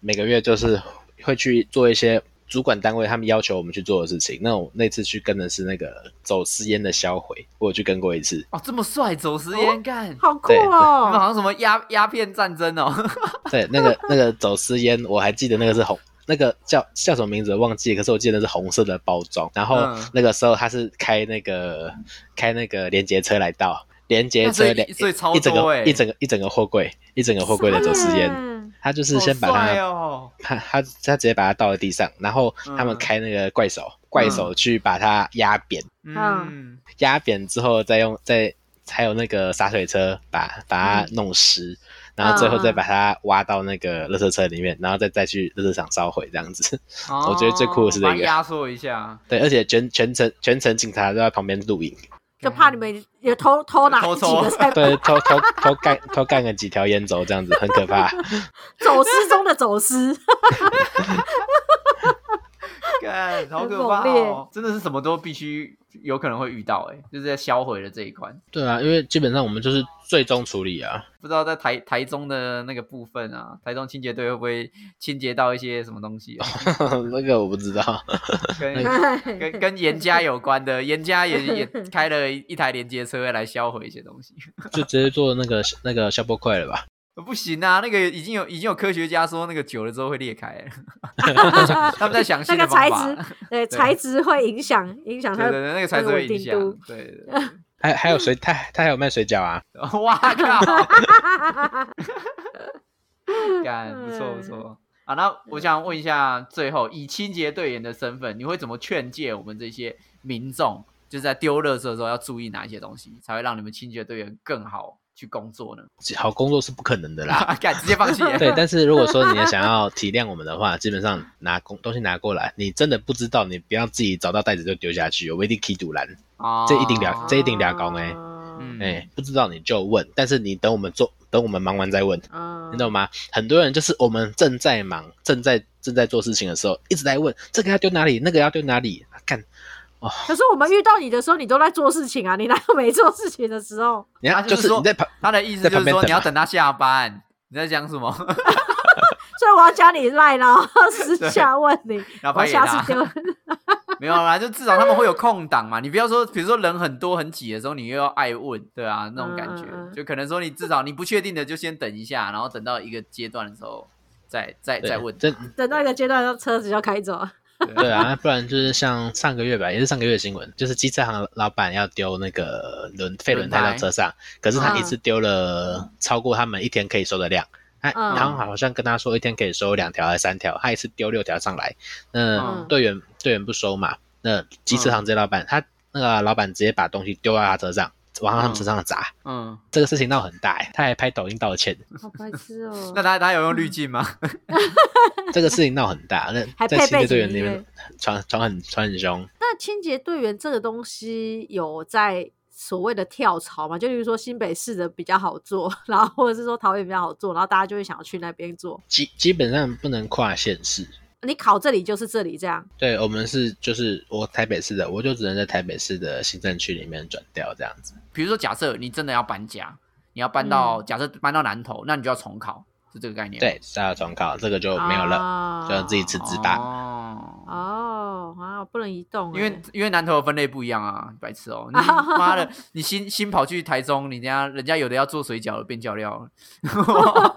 S3: 每个月就是会去做一些主管单位他们要求我们去做的事情。那我那次去跟的是那个走私烟的销毁，我有去跟过一次，
S2: 哦，这么帅，走私烟干，你
S1: 好酷
S3: 对对
S2: 们好
S1: 哦！
S2: 像什么鸦鸦片战争哦。
S3: 对，那个那个走私烟，我还记得那个是红，那个叫叫什么名字忘记了，可是我记得那是红色的包装。然后
S2: 嗯
S3: 那个时候他是开那个开那个连接车来到，连接
S2: 那 所
S3: 车
S2: 以
S3: 连
S2: 所以超
S3: 一整
S2: 多
S3: 个
S2: 欸啊
S3: 一整个一整个货柜，一整个货柜的走私烟。
S1: 耶
S3: 他就是先把
S2: 好帅
S3: 它，
S2: 哦，
S3: 他他他直接把它倒在地上，然后他们
S2: 嗯
S3: 开那个怪手，怪手去把它压扁，
S2: 嗯，
S3: 压扁之后再用再还有那个洒水车把把
S2: 嗯
S3: 它弄湿，然后最后再把它挖到那个垃圾车里面，然后再再去垃圾场烧毁这样子。 我觉得最酷的是这
S2: 哦
S3: 个
S2: 把它压缩一下，
S3: 对，而且全全程全程警察都在旁边录影，
S1: 就怕你们也偷偷拿
S2: 嗯偷
S1: 几
S2: 抽
S1: 个在
S3: 对，偷偷偷干偷干个几条烟走这样子，很可怕。
S1: 走私中的走 私，
S2: 干，好可
S1: 很
S2: 怕
S1: 猛烈
S2: 哦！真的是什么都必须有可能会遇到、欸，哎，就是在销毁的这一关。
S3: 对啊，因为基本上我们就是最终处理啊。
S2: 不知道在台台中的那个部分啊，台中清洁队会不会清洁到一些什么东西、啊，
S3: 哦 那个我不知道，
S2: 跟跟跟严家有关的？严家也也开了一台连接车来销毁一些东西。
S3: 就直接做那个那个消波块了吧？
S2: 不行啊，那个已经有已经有科学家说那个久了之后会裂开 欸，他们在想
S1: 那
S2: 新
S1: 个
S2: 的
S1: 材
S2: 方法。
S1: 质，对材质会影响影响它
S2: 对对对，那个材质会影
S1: 那
S2: 响
S1: 个稳。
S2: 对对对，
S3: 还还有谁？他他还有卖水饺啊？
S2: 哇靠！
S1: 定
S2: 干，不错不
S1: 嗯
S2: 错。啊，那我想问一下，最后以清洁队员的身份，你会怎么劝诫我们这些民众，就是在丢垃圾的时候要注意哪一些东西，才会让你们清洁队员更好去工作呢？
S3: 好工作是不可能的 啦。
S2: 啊，干，直接放弃。
S3: 对，但是如果说你也想要体谅我们的话，基本上拿工东西拿过来，你真的不知道，你不要自己找到袋子就丢下去，我一定踢堵拦。
S2: 啊
S3: 这一定了这一定俩
S1: 两
S3: 公欸
S2: 嗯
S1: 嗯
S3: 哎、不知道你就问，但是你等我们做，等我们忙完再问，
S1: 啊
S3: 你懂吗？很多人就是我们正在忙，正在正在做事情的时候，一直在问这个要丢哪里，那个要丢哪里，啊干、
S1: 可是我们遇到你的时候，你都在做事情啊，你哪有没做事情的时候？
S3: 你看
S2: 他
S3: 就
S2: 就是是
S3: 你
S2: 说
S3: 在旁，
S2: 他的意思
S3: 在
S2: 就
S3: 旁
S2: 是
S3: 边
S2: 说
S3: 等啊
S2: 你要
S3: 吧
S2: 等他下班。你在讲什么？
S1: 所以我要加你赖然后 私下问你，
S2: 然后
S1: 我
S2: 拍给
S1: 下
S2: 他
S1: 次。丢
S2: 没有啦，就至少他们会有空档嘛。你不要说，比如说人很多很挤的时候，你又要爱问，对啊，那种感觉，
S1: 嗯嗯嗯
S2: 就可能说你至少你不确定的就先等一下，然后等到一个阶段的时候再再
S3: 对
S2: 再问。
S3: 这
S1: 等到一个阶段，让车子就开走。
S3: 对啊，不然就是像上个月吧，也是上个月的新闻，就是机车行老板要丢那个轮废轮胎
S2: 轮
S3: 到
S2: 胎
S3: 车上，可是他
S1: 嗯
S3: 一次丢了超过他们一天可以收的量。他
S1: 嗯
S3: 他们好像跟他说一天可以收两条还是三条，他一次丢六条上来，那
S1: 嗯
S3: 队员队员不收嘛，那机车行这老板他那个老板直接把东西丢到他车上，往他们车上砸，
S2: 嗯，
S3: 这个事情闹很大欸，他还拍抖音道歉，
S1: 好白痴哦
S2: 嗯 那他他有用滤镜吗？
S3: 这个事情闹很大，那
S1: 还
S3: 在
S1: 配
S3: 新的
S1: 背景
S3: 队员里
S1: 音
S3: 面
S1: 乐
S3: 传传很传很凶，
S1: 那清洁队员这个东西有在所谓的跳槽嘛？就比如说新北市的比较好做， 然后或者是说桃园比较好做，然后大家就会想要去那边做。
S3: 基基本上不能跨县市，
S1: 你考这里就是这里这样，
S3: 对，我们是就是我台北市的，我就只能在台北市的行政区里面转调这样子。
S2: 比如说，假设你真的要搬家，你要搬到、
S1: 嗯
S2: 假设搬到南投，那你就要重考，是这个概念吗。
S3: 对，大家重考这个就没有了，
S1: 啊
S3: 就自己辞职吧。
S2: 哦
S1: 哦啊，不能移动欸、
S2: 因为因为南投的分类不一样啊，白痴哦、 你妈的，你新新跑去台中，你人家人家有的要做水饺了变脚料了，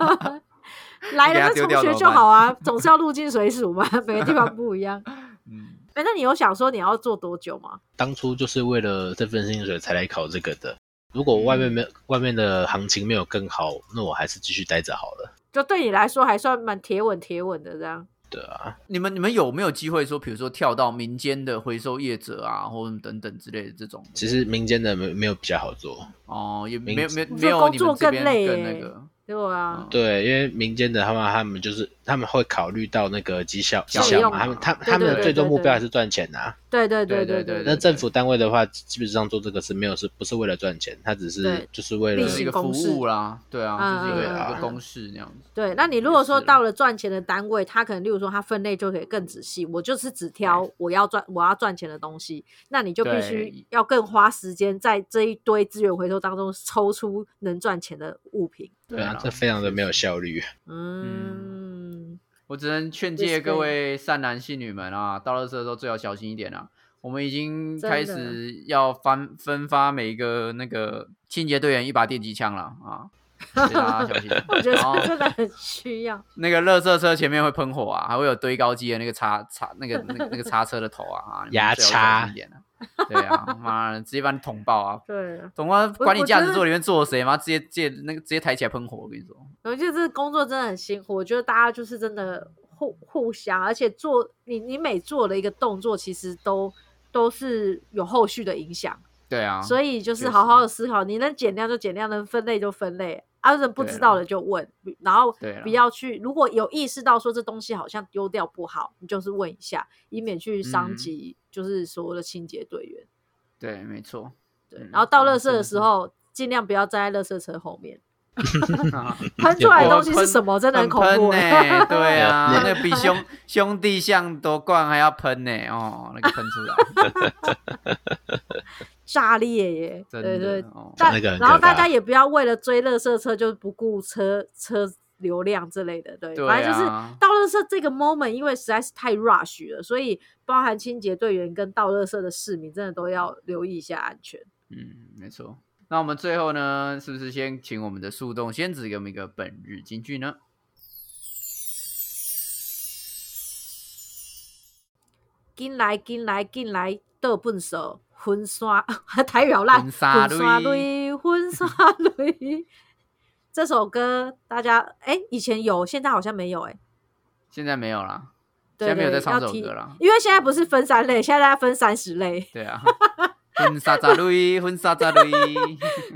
S1: 来了
S2: 给
S1: 就
S2: 他丢掉
S1: 重学
S2: 怎么
S1: 就
S2: 办
S1: 好啊，总是要入境水属嘛，每个地方不一样。
S2: 嗯，
S1: 哎、那你有想说你要做多久吗？
S3: 当初就是为了这份薪水才来考这个的。如果外
S1: 嗯
S3: 面没有外面的行情没有更好，那我还是继续待着好了。
S1: 就对你来说还算蛮铁稳铁稳的这样。
S3: 对啊，
S2: 你们你们有没有机会说，比如说跳到民间的回收业者啊，或者等等之类的这种？
S3: 其实民间的没没有比较好做，
S2: 哦，也没有没有
S1: 你
S2: 没
S1: 说
S2: 有
S1: 工
S2: 你
S1: 作
S2: 们这
S1: 更
S2: 边
S1: 累
S2: 更那
S1: 耶
S2: 个嗯
S1: 对
S2: 哦
S1: 啊，
S3: 对，因为民间的他们他们就是他们会考虑到那个绩效绩
S2: 效
S3: 效
S2: 用嘛
S3: 嘛，他们他
S1: 对
S3: 他们
S2: 对
S3: 的最终
S1: 对
S3: 目标
S1: 对
S3: 还是赚钱呐、啊。
S1: 对对
S2: 对
S1: 对
S2: 对对
S1: 对
S2: 对
S3: 那政府单位的话，基本上做这个是没有是不是为了赚钱，他只是
S1: 对
S3: 就是为
S1: 例
S3: 了
S2: 就是一
S1: 行
S2: 个服
S1: 公事
S2: 务啦，对啊，就是一
S3: 嗯嗯
S2: 个
S3: 嗯
S2: 一
S3: 嗯
S2: 个公式那样子。
S1: 对，那你如
S2: 也
S1: 果说
S2: 是
S1: 到了赚钱的单位，他可能例如说他分类就可以更仔细，我就是只挑我要赚我要赚钱的东西，那你就必须
S2: 对
S1: 要更花时间在这一堆资源回收当中抽出能赚钱的物品。
S3: 对啊
S2: 啦，
S3: 这非常的没有
S2: 确实
S3: 效率。
S1: 嗯，
S2: 我只能劝诫
S1: Respect
S2: 各位善男信女们啊，到垃圾的时候最好小心一点啊。我们已经
S1: 真的
S2: 开始要分分发每一个那个清洁队员一把电击枪了啊，所以大家小心。
S1: 我觉
S2: 然后
S1: 得真的很需要。
S2: 那个垃圾车前面会喷火啊，还会有堆高机的那个叉叉那个那个那个叉车的头啊，啊你们
S3: 牙
S2: 最好
S3: 叉，
S2: 小心一点啊。对啊，妈的，直接把你捅爆啊！
S1: 对，
S2: 总管管你
S1: 我
S2: 驾
S1: 觉
S2: 驶
S1: 得
S2: 座里面坐谁嘛，直接直接那个直接抬起来喷火，我跟你说。
S1: 我觉得这工作真的很辛苦，我觉得大家就是真的互互相，而且做你你每做的一个动作，其实都都是有后续的影响。
S2: 对啊，
S1: 所以就
S2: 确
S1: 是好好
S2: 实
S1: 的思考，你能减量就减量，能分类就分类，啊，人不
S2: 对
S1: 知
S2: 啦
S1: 道的就问，然后
S2: 对啊啦
S1: 不要去，如果有意识到说这东西好像丢掉不好，你就是问一下，以免去伤
S2: 嗯
S1: 及就是所有的清洁队员。
S2: 对，没错。
S1: 对，
S2: 嗯
S1: 然后到
S2: 好
S1: 垃圾
S2: 真
S1: 的
S2: 的
S1: 时
S2: 是
S1: 候，尽量不要站在垃圾车后面，
S2: 啊
S1: 喷出来的
S2: 我
S1: 东西是
S2: 喷
S1: 什么，真的
S2: 很
S1: 恐怖
S2: 喷呢、
S1: 欸。
S2: 对啊那个比兄兄弟像夺冠还要喷呢、哦，那个喷 出来，
S1: 炸裂耶！
S2: 真
S1: 对对
S2: 的，，哦，
S1: 但
S3: 那个很
S1: 然后
S3: 可
S1: 大
S3: 怕
S1: 家也不要为了追垃圾车就不顾车车流量之类的，对，
S2: 对
S1: 反正就是
S2: 啊
S1: 倒垃圾这个 moment，因为实在是太 rush 了，所以包含清洁队员跟倒垃圾的市民，真的都要留意一下安全。
S2: 嗯，没错。那我们最后呢，是不是先请我们的树洞仙子给我们一个本日金句呢？
S1: 进来，进来，进来，倒粪扫，婚纱， 台语好烂，婚
S2: 婚纱
S1: 纱
S2: 蕊
S1: 蕊， 婚纱蕊。这首歌大家哎，以前有，现在好像没有哎。
S2: 现在没有啦，
S1: 对
S2: 现在没有
S1: 对
S2: 在唱
S1: 要
S2: 这首
S1: 提
S2: 歌啦。
S1: 因为现在不是分三类，现在大家分三十 类。
S2: 对 啊，婚纱扎瑞，婚纱扎瑞，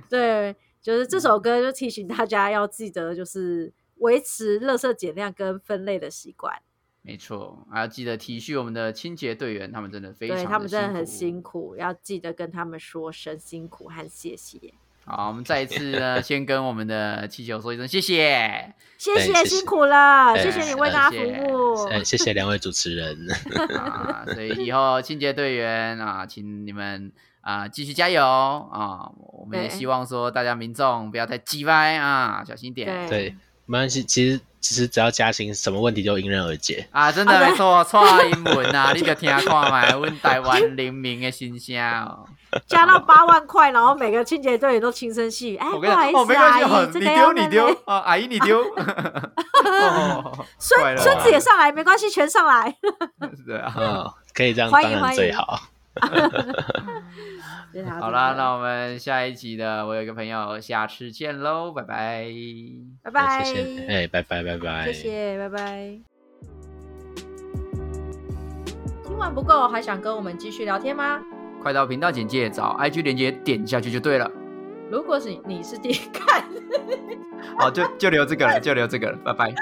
S1: 对，就是这首歌就提醒大家要记得，就是维持垃圾减量跟分类的习惯。
S2: 没错。还要记得体恤我们的清洁队员，他们真的非常
S1: 对
S2: 的
S1: 他们真的很辛
S2: 辛苦
S1: 苦，要记得跟他们说声辛苦和谢谢，
S2: 好，我们再一次呢，先跟我们的气球说一声谢谢。
S1: 谢
S3: 对
S1: 谢
S3: 谢谢
S1: 辛苦了，谢谢
S3: 对
S1: 你为大家
S2: 谢
S1: 服
S2: 谢
S1: 务。
S3: 哎，谢谢两位主 持人，
S2: 啊，所以以后清洁队员啊，请你们啊继续加油啊！我们也
S1: 对
S2: 希望说大家民众不要太鸡歪啊，小心一点。
S3: 对，没关系，其实其实只要加薪，什么问题就迎刃而解。
S2: 啊，真的没错，蔡英文 啊，你就听看嘛，阮台湾人民的心声哦。
S1: 加到八万块，然后每个清洁队员都轻声细语，哎，
S2: 我
S1: 不
S2: 跟你
S1: 好
S2: 讲，
S1: 意
S2: 哦，
S1: 思，
S2: 没关系，
S1: 阿
S2: 哦
S1: 姨，这
S2: 你
S1: 个要
S2: 丢你
S1: 分
S2: 丢
S1: 类。
S2: 啊，阿姨 你丢。哦快
S1: 孙
S2: 乐
S1: 孙子也
S2: 啊
S1: 上来，没关系，全上来。
S2: 对啊。
S3: 嗯，可以这样，
S1: 欢
S3: 当
S1: 迎欢
S3: 然
S1: 迎
S3: 最好。
S1: 对啊
S2: 好
S1: 真
S2: 啦，
S1: 的
S2: 那我们下一集的我有一个朋友，下次见喽，拜拜。
S1: 拜拜，
S3: 谢谢，哎，拜拜，拜拜，
S1: 谢谢，拜拜。听完不够，还想跟我们继续聊天吗？
S2: 快到频道简介找 IG 连接点下去就对了。
S1: 如果是你是第一看，
S2: 好，就就留这个了，就留这个了，拜拜。